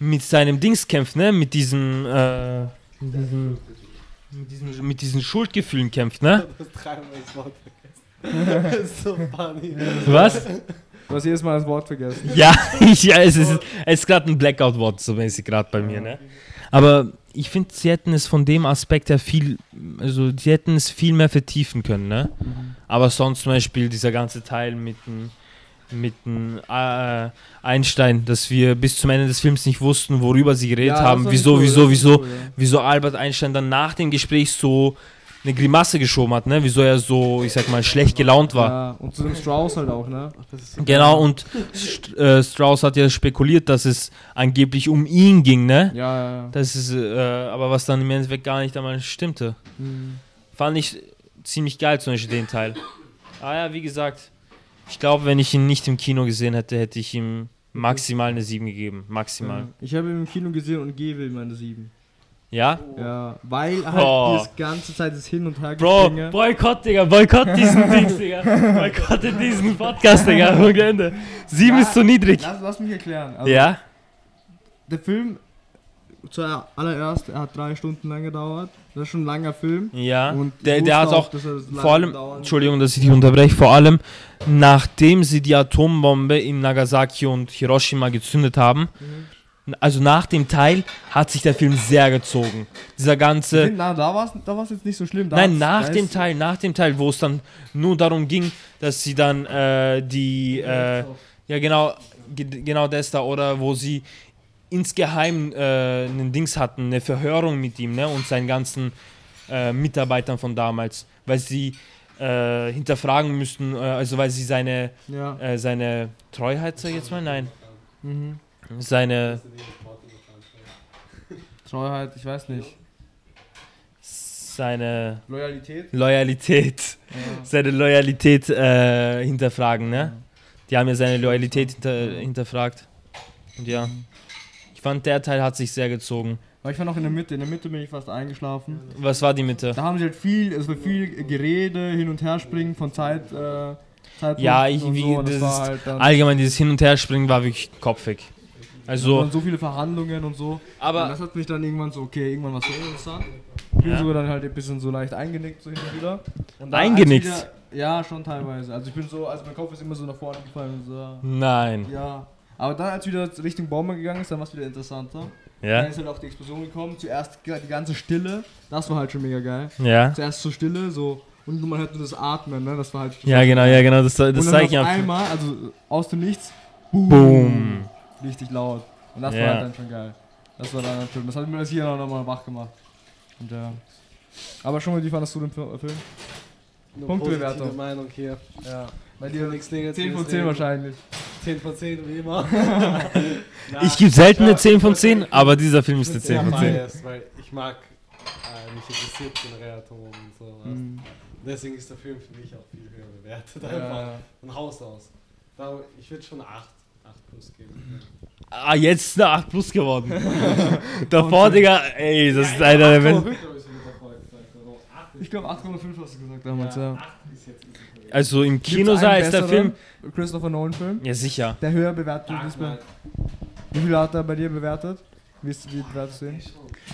C: mit seinem Dings kämpft, ne? Mit diesem, äh, mit diesem, mit diesen, mit diesen Schuldgefühlen kämpft, ne?
D: [laughs] das dreimal das Wort
A: [laughs]
D: vergessen. Das ist so funny.
C: Was?
A: Du hast jedes Mal das Wort vergessen.
C: Ja, [laughs] ich, ja es ist, es ist gerade ein Blackout-Wort, so mäßig gerade bei mir, ne? Aber ich finde, sie hätten es von dem Aspekt her viel, also sie hätten es viel mehr vertiefen können, ne?
A: Mhm.
C: Aber sonst zum Beispiel dieser ganze Teil mit dem mit dem, äh, Einstein, dass wir bis zum Ende des Films nicht wussten, worüber sie geredet
A: Ja, das
C: haben,
A: war
C: wieso,
A: cool, das
C: wieso,
A: war
C: wieso,
A: cool, ja.
C: wieso Albert Einstein dann nach dem Gespräch so eine Grimasse geschoben hat, ne? Wieso er so, ich sag mal, schlecht gelaunt war.
A: Ja, und zu dem Strauß halt auch, ne?
C: Genau, und St äh, Strauss hat ja spekuliert, dass es angeblich um ihn ging, ne?
A: Ja, ja, ja.
C: Das ist, äh, aber was dann im Endeffekt gar nicht einmal stimmte.
A: Mhm.
C: Fand ich ziemlich geil, zum Beispiel den Teil. Ah ja, wie gesagt, ich glaube, wenn ich ihn nicht im Kino gesehen hätte, hätte ich ihm maximal eine 7 gegeben. Maximal.
A: Ich habe ihn im Kino gesehen und gebe ihm eine 7.
C: Ja?
D: Oh,
A: Ja, weil halt
C: Oh.
A: das ganze Zeit das Hin und Her
C: Bro,
A: Gepinge-
C: Boykott, Digga, Boykott diesen Dings, Digga. Boykott diesen Podcast, Digga. Ohne Ende. 7
A: Ja,
C: ist zu niedrig.
A: Lass, lass mich erklären. Also,
C: Ja?
A: Der Film, zuallererst, er hat drei Stunden lang gedauert. Das ist schon ein langer Film.
C: Ja.
A: Und ich
C: der, der hat
A: wusste
C: auch
A: dass er lange
C: Vor allem,
A: dauern-
C: Entschuldigung, dass ich dich unterbreche, vor allem nachdem sie die Atombombe in Nagasaki und Hiroshima gezündet haben, also nach dem Teil, hat sich der Film sehr gezogen. Dieser
A: Ich
C: ganze.
A: find, Na, da war es da war's jetzt nicht so schlimm. Da
C: Nein,
A: hat's-
C: nach
A: da
C: dem
A: ist-
C: Teil, nach dem Teil, wo es dann nur darum ging, dass sie dann äh, die. Äh, ja, genau, ge- genau das da, oder wo sie insgeheim äh, einen Dings hatten, eine Verhörung mit ihm ne, und seinen ganzen äh, Mitarbeitern von damals, weil sie äh, hinterfragen müssten, äh, also weil sie seine,
A: Ja.
C: äh, seine Treuheit, sag ich jetzt mal, nein,
A: Mhm.
C: seine,
A: Treuheit, ich weiß nicht.
C: seine
A: Loyalität?
C: Loyalität, seine Loyalität äh, hinterfragen, ne? Die haben ja seine Loyalität hinter, hinterfragt. Und ja, ich fand, der Teil hat sich sehr gezogen.
A: Weil ich war noch in der Mitte. In der Mitte bin ich fast eingeschlafen.
C: Was war die Mitte?
A: Da haben sie halt viel, es war viel Gerede, hin und her springen von Zeit, äh, Zeitpunkt
C: Ja, ich-
A: und
C: wie-
A: so. Und
C: das ist
A: halt dann,
C: Allgemein dieses Hin- und Herspringen war wirklich kopfig. Also,
A: waren so viele Verhandlungen und so. und
C: aber
A: das hat mich dann irgendwann so, okay, irgendwann was interessant. Ich bin
C: Ja.
A: sogar dann halt ein bisschen so leicht eingenickt, so hin und wieder. Und da
C: Eingenickt?
A: als Wieder, ja, schon teilweise. Also ich bin so, also mein Kopf ist immer so nach vorne gefallen und so.
C: nein.
A: Ja. Aber dann, als wieder Richtung Bombe gegangen ist, dann war es wieder interessanter. Dann
C: Ja,
A: ist halt auch die Explosion gekommen. Zuerst die ganze Stille. Das war halt schon mega geil.
C: ja.
A: Zuerst so Stille, so. Und man hört nur das Atmen, ne? Das war halt.
C: Ja, genau, ja, genau. Das,
A: Und
C: das
A: dann
C: zeige
A: auf
C: ich ja.
A: einmal, also aus dem Nichts, boom,
C: Boom.
A: richtig laut. Und das
C: Ja.
A: war halt dann schon geil. Das war dann schön. Das hat mir das hier noch mal wach gemacht. Und ja. Aber schon mal, wie fandest du den Fi- Film?
D: Eine
A: Punktebewertung.
D: positive Meinung hier.
A: Ja. Bei
D: Bei
A: dir
D: dir
A: nix
D: nichts
A: Negatives. 10
D: Negatives
A: von 10
D: reden.
A: wahrscheinlich.
D: 10 von 10, wie
A: [laughs]
D: immer. [laughs]
C: Ich gebe selten eine 10 von 10, aber dieser Film ist eine 10 von 10.
D: biased, weil ich mag, äh, mich interessiert generell Atomen und sowas.
C: Hm.
A: Mhm.
D: Deswegen ist der Film für mich auch viel höher bewertet. Einfach
A: Ja.
D: von Haus aus. Darum, ich würde schon 8, 8 plus geben.
C: Ah, jetzt ist eine 8 plus geworden. [laughs] Davor, Digga, ey, das ist einer der
D: Acht
C: Welt.
D: Euro, glaub ich, sogar davor gesagt. Also 8
A: Ich glaube 8,5 hast du gesagt damals, ja. Äh,
C: Also im
A: Gibt's
C: Kino
A: einen
C: sah jetzt der Film.
A: besseren Christopher Nolan-Film,
C: Ja, sicher.
A: der höher bewertet ist. bei- Wie viel hat er bei dir bewertet? Wie ist wie bewertest du ihn?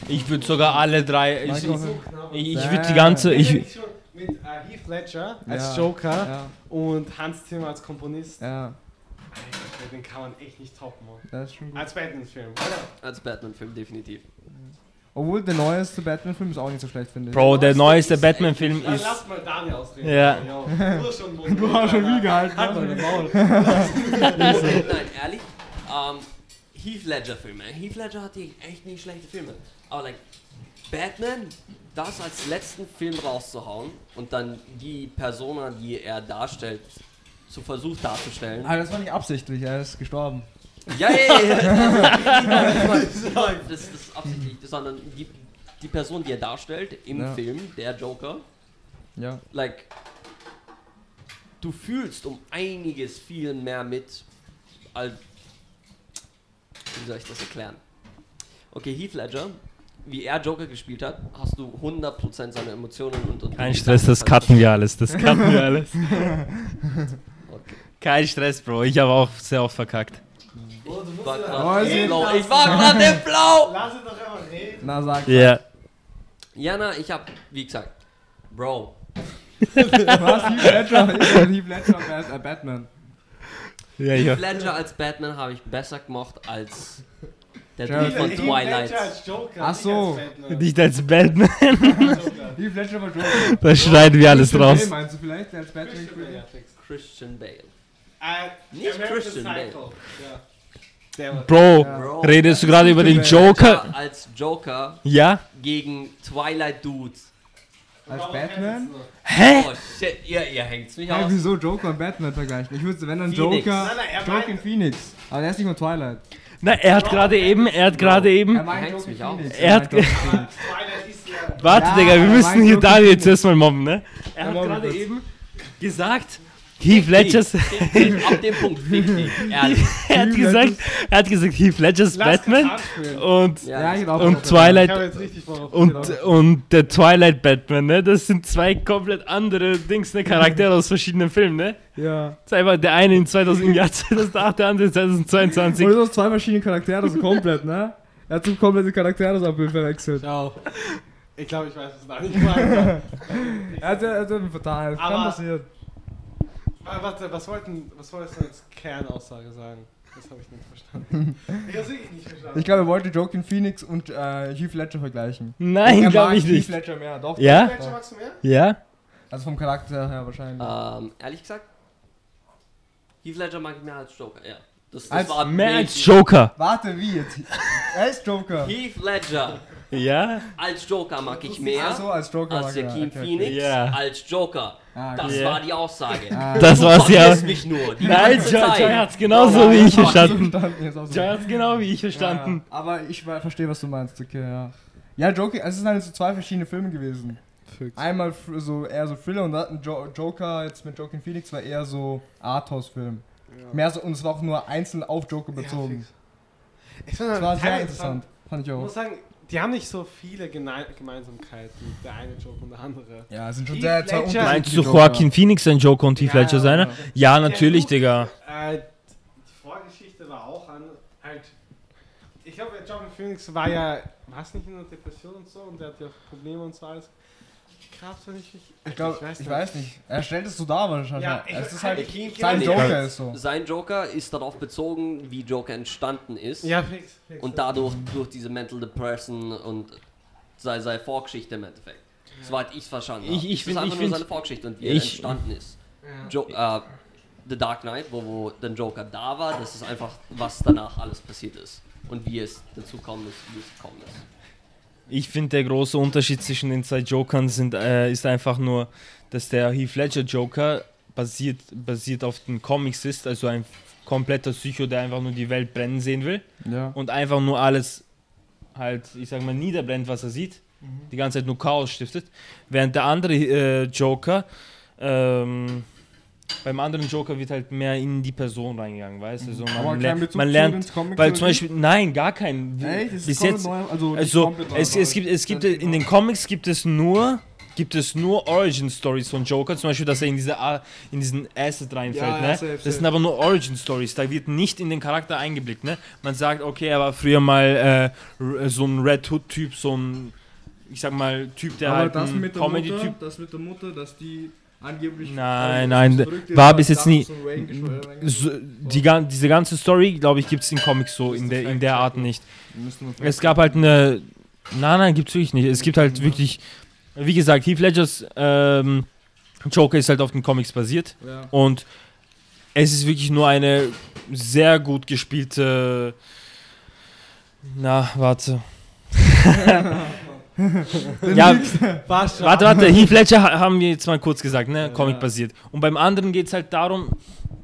C: Ich würde sogar alle drei. Ich, ich,
A: Michael-
C: ich, ich würde die ganze. Ich,
D: Ich mit äh, Heath Ledger
A: Ja,
D: als Joker
A: Ja,
D: und Hans Zimmer als Komponist.
A: ja,
D: Alter, Den kann man echt nicht toppen. Mann.
A: das ist schon gut.
D: Als Batman-Film, oder?
B: Als Batman-Film definitiv.
A: Obwohl der neueste Batman-Film ist auch nicht so schlecht, finde ich.
C: Bro, der neueste
B: ist
C: Batman-Film
D: Dann
C: ist.
D: lass mal Daniel ausreden.
C: Ja.
D: Du hast schon,
A: Du hast schon wie gehalten.
D: Halt mal den Maul.
B: Nein, ehrlich. Ähm, Heath Ledger Filme. Heath Ledger hatte echt nicht schlechte Filme. Aber like Batman, das als letzten Film rauszuhauen und dann die Persona, die er darstellt, zu versucht darzustellen.
A: Ah, das war nicht absichtlich, er ist gestorben.
B: Ja, ja, ja, ja. das, das ist absichtlich, sondern die, die Person, die er darstellt im
A: Ja.
B: Film, der Joker,
A: Ja.
B: like, du fühlst um einiges viel mehr mit, als, wie soll ich das erklären? Okay, Heath Ledger, wie er Joker gespielt hat, hast du 100% seine Emotionen und... und
C: Kein Stress, das cutten wir alles. Das cutten wir alles.
B: Okay.
C: Kein Stress, Bro. Ich habe auch sehr oft verkackt.
B: Ich war
A: Oh,
B: gerade
A: sie-
B: im Blau. Ich war gerade im Blau!
D: Lass ihn doch einmal reden.
A: Na, sag.
C: Ja.
B: Ja, na, ich hab, wie gesagt, Bro,
A: Was? Heath Ledger? Ich bin Heath Ledger Bat- äh, Batman.
C: Ja,
B: Heath
C: ja.
B: Ledger als Batman habe ich besser gemocht als der Dude
A: Jared
B: von
D: Heath
B: Twilight.
D: Ledger als Joker,
A: Ach
D: nicht
A: so.
D: als Batman.
C: Nicht als Batman.
D: Joker.
A: Heath Ledger war Joker.
C: [laughs] Da schneiden wir alles
A: Christian Bale
C: raus.
A: meinst du vielleicht, der als Batman [laughs]
D: Christian
A: gespielt
D: Bale, ja,
A: hat?
D: fix.
B: Christian Bale.
D: Äh,
B: Nicht
D: American
B: Christian Bale.
D: Psycho. Ja. Der war
C: Bro,
A: Ja.
B: Bro,
C: redest du gerade über den
A: Heath Ledger.
C: Joker?
B: als Joker
C: Ja?
B: gegen Twilight Dude.
A: Als Batman? Äh?
C: Hä?
B: Oh shit, ihr, ihr hängt's mich
A: Hey, [laughs]
B: aus.
A: wieso Joker und Batman vergleichen? Ich würde, wenn dann
B: Phoenix.
A: Joker.
D: Nein, nein, er
A: Joker in
D: meint-
A: Phoenix. Aber der ist nicht von Twilight.
C: Na, er hat gerade eben, er hat gerade eben.
A: meint Joker
B: hängt's
A: in
B: mich auf.
A: Phoenix,
C: Er
A: meint
C: hat
A: Joker in Phoenix.
D: Twilight ist ja.
C: Warte,
A: Ja,
C: Digga, wir
A: er
C: müssen
A: meint
C: hier
A: Joker
C: Daniel
A: Phoenix.
C: zuerst mal mobben, ne? Er
A: Ja,
C: hat
A: mobben
C: gerade
A: kurz.
C: eben gesagt, Heath Ledger's. [laughs]
B: Fick dich, Ab dem Punkt, fick dich, ehrlich.
C: Er hat
A: Heath
C: gesagt, er hat gesagt, Heath Ledger's Batman Oh, und,
A: Ja, ich glaub auch. Genau.
C: und
D: Ich habe
C: Twilight
D: jetzt richtig drauf.
C: und, und der Twilight Batman, ne? Das sind zwei komplett andere Dings, ne? Charaktere aus verschiedenen Filmen, ne?
A: Ja.
C: Das ist einfach der eine in 2000, im Jahr 2008, der andere in 2022.
A: Und das sind zwei verschiedene Charaktere, so komplett, ne? Er hat so komplette Charaktere so verwechselt.
D: Ciao. Ich glaube, ich weiß es noch nicht. Warte,
A: Er hat ja also vertan, das kann
D: Aber-
A: passieren.
D: Ah, warte, was wollten, was wolltest du als Kernaussage sagen? Das habe ich nicht verstanden. Ich habe wirklich nicht verstanden.
A: Ich glaube, er wollte Joaquin Phoenix und äh, Heath Ledger vergleichen.
C: Nein,
A: Er
C: glaube
A: mag
C: ich
A: Heath
C: nicht.
A: Ledger mehr, doch.
C: Ja?
D: Welche magst du mehr?
C: Ja?
A: Also vom Charakter her wahrscheinlich.
B: ähm, ehrlich gesagt, Heath Ledger mag ich mehr als Joker, ja. Das, das
A: Als
B: war
C: Mehr
B: nee,
C: als Joker.
A: Warte, wie jetzt? er ist Joker.
B: Heath Ledger
C: Ja?
B: als Joker mag ich mehr
A: Ach so, als also Joker.
B: als
A: mag er,
B: Joaquin
A: okay, okay.
B: Phoenix
C: Ja.
B: als Joker.
A: Ah, okay.
B: Das
C: Ja.
B: war die Aussage.
A: Ah,
C: Das war's ja.
B: Vergiss mich nur. Die
C: Nein,
B: ganze
C: Joy,
B: Zeit.
C: Joy hat's genauso
A: ja,
C: wie ich
A: ja,
C: verstanden.
A: verstanden, jetzt auch so.
C: Joy hat's genau wie ich
A: Ja,
C: verstanden.
A: ja. aber ich ver- verstehe, was du meinst, okay, ja. Ja, Joker, es sind halt so zwei verschiedene Filme gewesen. Einmal f- so eher so Thriller und dann jo Joker jetzt mit Joaquin Phoenix war eher so Arthouse-Film. Mehr so, und es war auch nur einzeln auf Joker bezogen.
D: Ich fand
A: das
D: das
A: war sehr
D: teilweise
A: interessant, fand ich
D: Ich
A: auch.
D: muss sagen, die haben nicht so viele Gene- Gemeinsamkeiten, der eine Joke und der andere.
A: Ja, es sind schon
D: Heath
A: sehr zwei
D: Ledger-
A: unterschiedliche
C: Meinst du
A: Joker.
C: Joaquin Phoenix ne? ein Joker und Heath
D: Ja,
C: Ledger seiner?
A: ja.
C: Ja, natürlich, Digga.
D: Äh, die Vorgeschichte war auch an. Halt, ich glaube, der John Phoenix war ja. War es nicht in einer Depression und so? Und der hat ja Probleme und so alles. Krass, wenn ich mich.
A: Ich, glaub, ich, weiß nicht. Er stellt es so dar wahrscheinlich.
D: Ja, ich-
A: es ist halt
D: ich- ich-
A: sein
B: ich-
A: Joker ist so.
B: Sein Joker ist darauf bezogen, wie Joker entstanden ist.
D: Ja, fix. fix
B: Und dadurch, durch diese Mental Depression und sei, sei Vorgeschichte im Endeffekt. Soweit ich es verstanden habe.
C: Ich- ich
B: es ist
C: find-
B: einfach
C: ich
B: nur
C: find-
B: seine Vorgeschichte und wie er
C: ich-
B: entstanden ist.
D: Ja.
B: Jo äh, The Dark Knight, wo, wo der Joker da war, das ist einfach, was danach alles passiert ist. Und wie es dazu kommen ist, wie es gekommen ist.
C: Ich finde, der große Unterschied zwischen den zwei Jokern sind, äh, ist einfach nur, dass der Heath Ledger Joker basiert, basiert auf den Comics ist, also ein kompletter Psycho, der einfach nur die Welt brennen sehen will
A: Ja.
C: und einfach nur alles halt, ich sag mal, niederbrennt, was er sieht,
A: Mhm.
C: die ganze Zeit nur Chaos stiftet. Während der andere äh, Joker, ähm, beim anderen Joker wird halt mehr in die Person reingegangen, weißt du? Also
A: Aber kein
C: man, ler
A: Bezug
C: man
A: zu
C: lernt,
A: den Comics
C: weil
A: oder
C: zum
A: nicht?
C: Beispiel, nein, gar kein.
A: Echt? Es ist
C: Bis
A: komplett
C: jetzt,
A: neu, also, nicht
C: also
A: komplett neu,
C: es,
A: aber genau.
C: es gibt es gibt
A: relativ
C: in den
A: neu.
C: Comics gibt es nur gibt es nur Origin Stories von Joker, zum Beispiel, dass er in, diese, A- in diesen Asset reinfällt.
A: Ja, ja,
C: ne?
A: safe,
C: das sind
A: safe.
C: aber nur Origin Stories, da wird nicht in den Charakter eingeblickt. Ne? Man sagt, okay, er war früher mal äh, r- so ein Red Hood-Typ, so ein, ich sag mal, Typ, der halt ein Comedy-Typ.
A: das mit der Mutter, dass die angeblich.
C: Nein, nein, war bis jetzt nie. So, die, gan- diese ganze Story, glaube ich, gibt es in Comics so in der, in der Art nicht. Es gab halt eine. Nein, nein, gibt's wirklich nicht. Es gibt halt wirklich. Wie gesagt, Heath Ledgers ähm, Joker ist halt auf den Comics basiert.
A: Ja.
C: Und es ist wirklich nur eine sehr gut gespielte. Na, warte. ja,
D: War's
C: warte, warte. Heath Ledger ha- haben wir jetzt mal kurz gesagt, ne? Comic basiert. Und beim anderen geht es halt darum,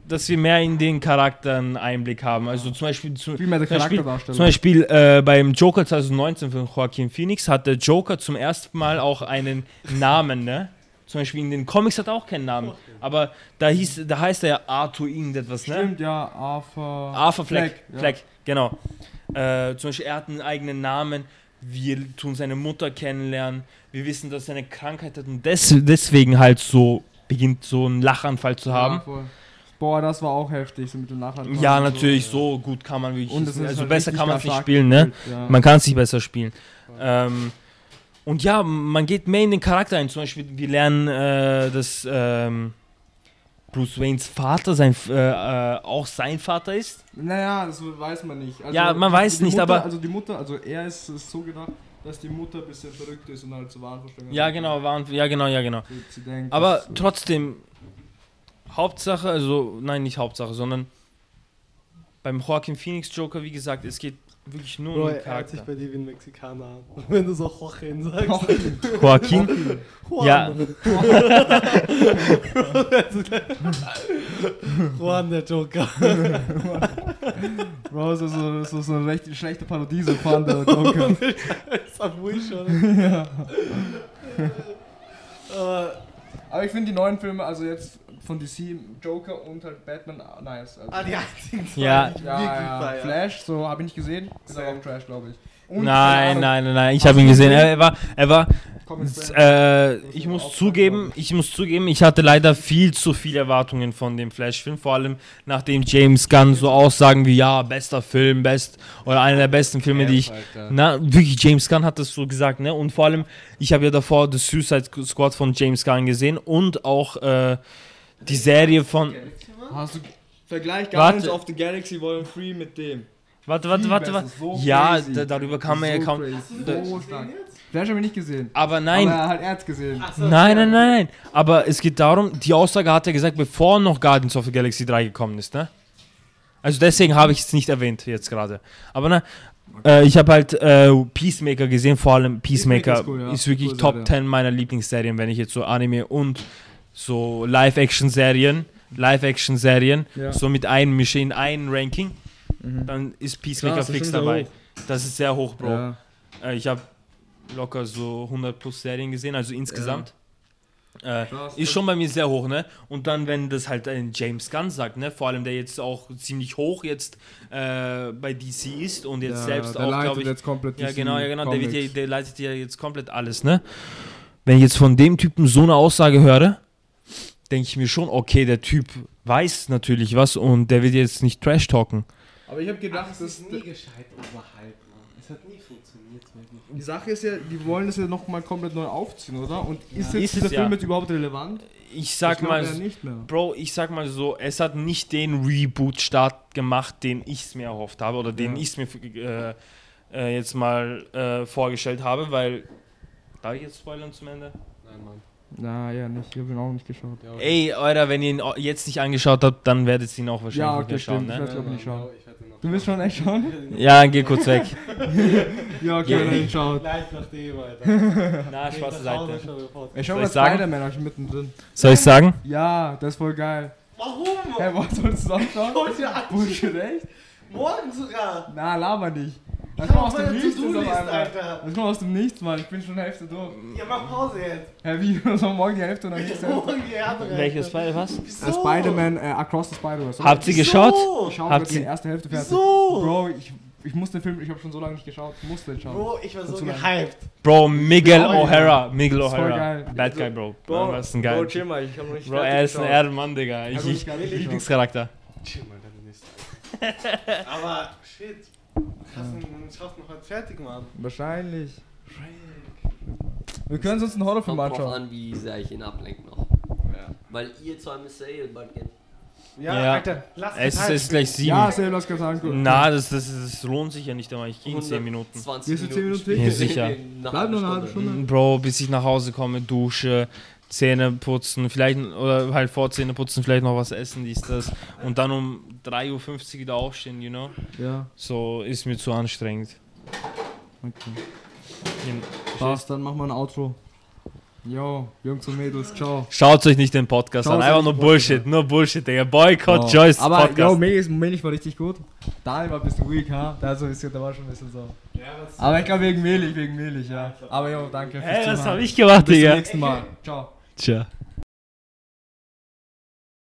C: dass wir mehr in den Charakteren Einblick haben. Also zum Beispiel. Zu,
A: Viel mehr der
C: zum Beispiel-
A: Charakterdarstellung.
C: zum Beispiel äh, beim Joker 2019 von Joaquin Phoenix hat der Joker zum ersten Mal auch einen Namen, ne? Zum Beispiel in den Comics hat er auch keinen Namen. Aber da, hieß, da heißt er ja Arthur irgendetwas, ne?
A: Stimmt, ja, Arthur.
C: Arthur Fleck.
A: Fleck, ja.
C: Fleck, genau. Äh, zum Beispiel, er hat einen eigenen Namen. Wir tun seine Mutter kennenlernen. Wir wissen, dass er eine Krankheit hat und des deswegen halt so beginnt, so einen Lachanfall zu haben.
A: Ja, voll. Boah, das war auch heftig, so mit dem Nachhinein.
C: Ja, natürlich, so gut kann man wirklich.
A: Und es ist
C: also
A: halt
C: besser
A: richtig
C: kann man es nicht
A: stark
C: spielen, ne?
A: gespielt, Ja.
C: Man kann es nicht besser spielen. Ähm, und ja, man geht mehr in den Charakter ein. Zum Beispiel, wir lernen, äh, dass ähm, Bruce Waynes Vater sein, F- äh, äh, auch sein Vater ist.
A: Naja, das weiß man nicht. Also,
C: Ja, man weiß
A: die
C: nicht,
A: Mutter,
C: aber-
A: Also die Mutter, also er ist, ist so gedacht, dass die Mutter ein bisschen verrückt ist und halt zu Wahnvorstellungen.
C: Ja, genau, waren, ja, genau, ja, genau.
A: Sie, sie denkt,
C: Aber
A: dass-
C: trotzdem, Hauptsache, also, nein, nicht Hauptsache, sondern beim Joaquin Phoenix Joker, wie gesagt, es geht wirklich nur
D: Bro,
C: um den
D: er hört sich
C: Charakter.
D: bei dir wie ein Mexikaner [laughs] an. Wenn du so Jochen sagst.
C: Joaquin?
D: Juan.
C: Ja.
D: [laughs] Juan, der Joker.
A: [laughs] Bro, das ist so, so, so eine recht, schlechte Parodie, so von der
C: [laughs]
A: Joker.
D: Ist am Wii schon. [laughs] Ja.
A: Aber ich finde die neuen Filme, also jetzt von DC, Joker und halt Batman, ah, nice. Also,
D: Ah, die einzigen zwei,
C: Ja.
D: die ich
A: ja,
D: wirklich
A: ja.
D: feier.
A: Flash, so habe ich nicht gesehen, ist aber
D: Same.
A: auch Trash, glaube ich. Und-
C: Nein,
A: keine
C: nein, nein, nein, ich
A: Hast
C: habe ihn
A: du ihn
C: gesehen.
A: gesehen?
C: Er war, er war
A: Ahnung, Comic Strip.
C: Äh,
A: Das
C: ich
A: ist
C: muss
A: auch
C: zugeben, ich muss zugeben, ich hatte leider viel zu viele Erwartungen von dem Flash-Film, vor allem nachdem James Gunn so Aussagen wie ja bester Film, best oder einer der besten Filme, die ich
A: halt,
C: na wirklich James Gunn hat das so gesagt ne und vor allem ich habe ja davor The Suicide Squad von James Gunn gesehen und auch äh, die Serie von Hm?
A: Hast du Vergleich
C: Warte.
A: Guardians of the Galaxy Volume 3 mit dem.
C: warte warte
A: Viel
C: warte,
A: besser,
C: warte.
A: so
C: ja
A: crazy.
C: da, darüber kann man
A: so
C: ja kaum
A: crazy,
C: da-
A: So stark. Flash habe ich nicht gesehen.
C: aber nein
A: Aber halt, er hat's gesehen.
C: Nein, nein, nein, nein. Aber es geht darum, die Aussage hat er gesagt, bevor noch Guardians of the Galaxy 3 gekommen ist, ne? Also deswegen habe ich es nicht erwähnt jetzt gerade. Aber na, äh, ich habe halt äh, Peacemaker gesehen, vor allem
A: Peacemaker
C: Peacemaker, ist,
A: ist cool, ja.
C: wirklich
A: Cool
C: Top
A: Serie.
C: 10 meiner Lieblingsserien, wenn ich jetzt so Anime und so Live-Action-Serien, Live-Action-Serien
A: Ja. Mhm.
C: so mit einmische in ein Ranking, dann ist Peacemaker
A: Krass, das
C: fix
A: ist schon sehr
C: dabei.
A: hoch.
C: Das ist sehr hoch, Bro.
A: Ja.
C: Äh, Ich habe locker so 100 plus Serien gesehen, also insgesamt. Äh,
A: Krass,
C: ist
A: das-
C: schon bei mir sehr hoch, ne? Und dann, wenn das halt ein James Gunn sagt, ne? Vor allem, der jetzt auch ziemlich hoch jetzt äh, bei DC ist und jetzt
A: Ja,
C: selbst
A: der
C: auch,
A: leitet
C: glaube ich.
A: jetzt komplett
C: Ja,
A: diesen
C: genau, ja, genau. Der, wird ja,
A: Comics.
C: der leitet ja jetzt komplett alles, ne? Wenn ich jetzt von dem Typen so eine Aussage höre, denke ich mir schon, okay, der Typ weiß natürlich was und der wird jetzt nicht Trash talken.
A: Aber ich habe gedacht,
D: Ach, es
A: dass
D: ist nie gescheit oberhalb, Mann. Es hat nie funktioniert. wirklich.
A: die Sache ist ja, die wollen das ja nochmal komplett neu aufziehen, oder? Und ist
C: Ja.
A: jetzt
C: Ist
A: dieser
C: es ja.
A: Film jetzt überhaupt relevant?
C: Ich sag
A: ich
C: mal,
A: Ja nicht mehr.
C: Bro, ich sag mal so, es hat nicht den Reboot-Start gemacht, den ich's mir erhofft habe oder den
A: Ja.
C: ich's mir äh, äh, jetzt mal äh, vorgestellt habe, weil. Darf ich jetzt spoilern zum Ende?
D: Nein, Mann.
A: Na ja, nicht. Ich habe ihn auch nicht geschaut.
D: Ja,
C: Ey, Alter, wenn ihr ihn au- jetzt nicht angeschaut habt, dann werdet ihr ihn auch wahrscheinlich
A: Ja,
C: nicht
A: okay,
C: mehr schauen,
A: stimmt.
C: ne?
A: Ich glaub nicht, Sean.
D: Bro, ich werde noch-
A: Du willst schon echt schauen?
C: Ja, geh kurz weg.
A: [laughs] Ja, okay,
C: Ja.
A: dann ich schaut.
D: Gleich
A: [laughs]
D: nachdem, Alter.
C: Na, Spaß beiseite.
A: Ich schau
C: Soll
A: mal
C: ich sagen?
A: Spider-Man, hab ich mittendrin.
C: Soll ich sagen?
A: Ja, das ist voll geil.
D: Warum?
A: Hä, hey, was sollst du auch schauen?
D: Heute Abend.
A: Bullshit, echt?
D: Morgen sogar.
A: Na, laber nicht. Das
D: Ich
A: kommt
D: hab
A: aus dem
D: meine
A: Nichts jetzt
D: To-Do-List,
A: auf einmal.
D: Alter.
A: Das kommt aus dem Nichts, Mann. Ich bin schon Hälfte durch.
D: Ja, mach Pause jetzt.
A: Hä, wie? [laughs] Das war morgen die Hälfte und
D: [laughs]
A: dann nichts.
D: Morgen die andere.
C: Welches Fall? Was?
D: Wieso?
A: Äh, Spider-Man, äh, Across the Spider-Verse.
C: Habt ihr
D: Wieso?
C: geschaut?
A: Ich habe
C: Habt
A: die
C: ihr-
A: erste Hälfte fertig.
D: Wieso?
A: Bro, ich, ich muss den Film, ich habe schon so lange nicht geschaut, ich muss den schauen.
D: Bro, ich war so
A: Dazu lang.
D: gehypt.
C: Bro, Miguel
A: Ja, Mann.
C: O'Hara. Miguel
A: Ist voll
C: O'Hara.
A: geil.
C: Bad Guy, Bro. Bro, was ein
A: Oh,
C: geil.
E: Bro, chill mal, ich hab noch nicht
C: Bro,
E: fertig
C: er ist ein
E: geschaut.
C: Ehrenmann, Digga. Ich,
A: Also,
C: ich,
A: gar nicht geschaut.
C: Lieblingscharakter.
D: Chill mal,
C: [laughs]
D: deine nächste. Aber, shit. Hast du einen- schaffst du noch was fertig, Mann?
A: Wahrscheinlich. Wir können uns einen Horrorfilm
B: Kommt drauf
A: anschauen.
B: an, wie sehr ich ihn ablenke noch.
D: Ja.
B: Weil ihr zwar Miss Sale bald
C: Hm.
B: geht.
D: Ja,
C: Ja.
D: Alter, lass
C: Es
D: es halt
C: ist, es ist gleich sieben.
A: Ja, Sam, lass ganz sagen. gut.
C: Na, das, das, das lohnt sich ja nicht, aber ich gehe in 10 Minuten.
B: 20
A: Gehst du
B: Minuten.
A: zehn Minuten
B: später
C: Ja,
B: sehen
C: sicher.
B: wir ihn nach
A: Bleib noch eine
B: einer
A: halbe Stunde.
C: Bro, bis ich nach Hause komme, dusche, Zähne putzen, vielleicht, oder halt vor Zähne putzen, vielleicht noch was essen, dies, das. Und dann um 3.50 Uhr wieder aufstehen, you know?
A: Ja,
C: So ist mir zu anstrengend.
A: okay. Hm.
C: Ihr-
A: Passt, dann machen wir ein Outro. Jo, Jungs und Mädels, ciao.
C: Schaut euch nicht den Podcast
A: Schaut
C: an,
A: euch
C: einfach nur
A: nicht den Podcast
C: Bullshit, nur Bullshit, Digga. Boycott
A: Wow.
C: Joyce
A: Aber
C: Podcast.
A: yo, Melis, Melis war richtig gut. Daniel war ein bisschen weak, ha? Da, so ein bisschen, da war schon ein bisschen so. Aber ich glaube wegen Melich, wegen Melich, ja. Aber jo, danke fürs
C: Hey, was
A: Zuhören.
C: hab ich gemacht,
A: Bis zum
C: Digga?
A: nächsten Mal. Ciao.
C: Tja.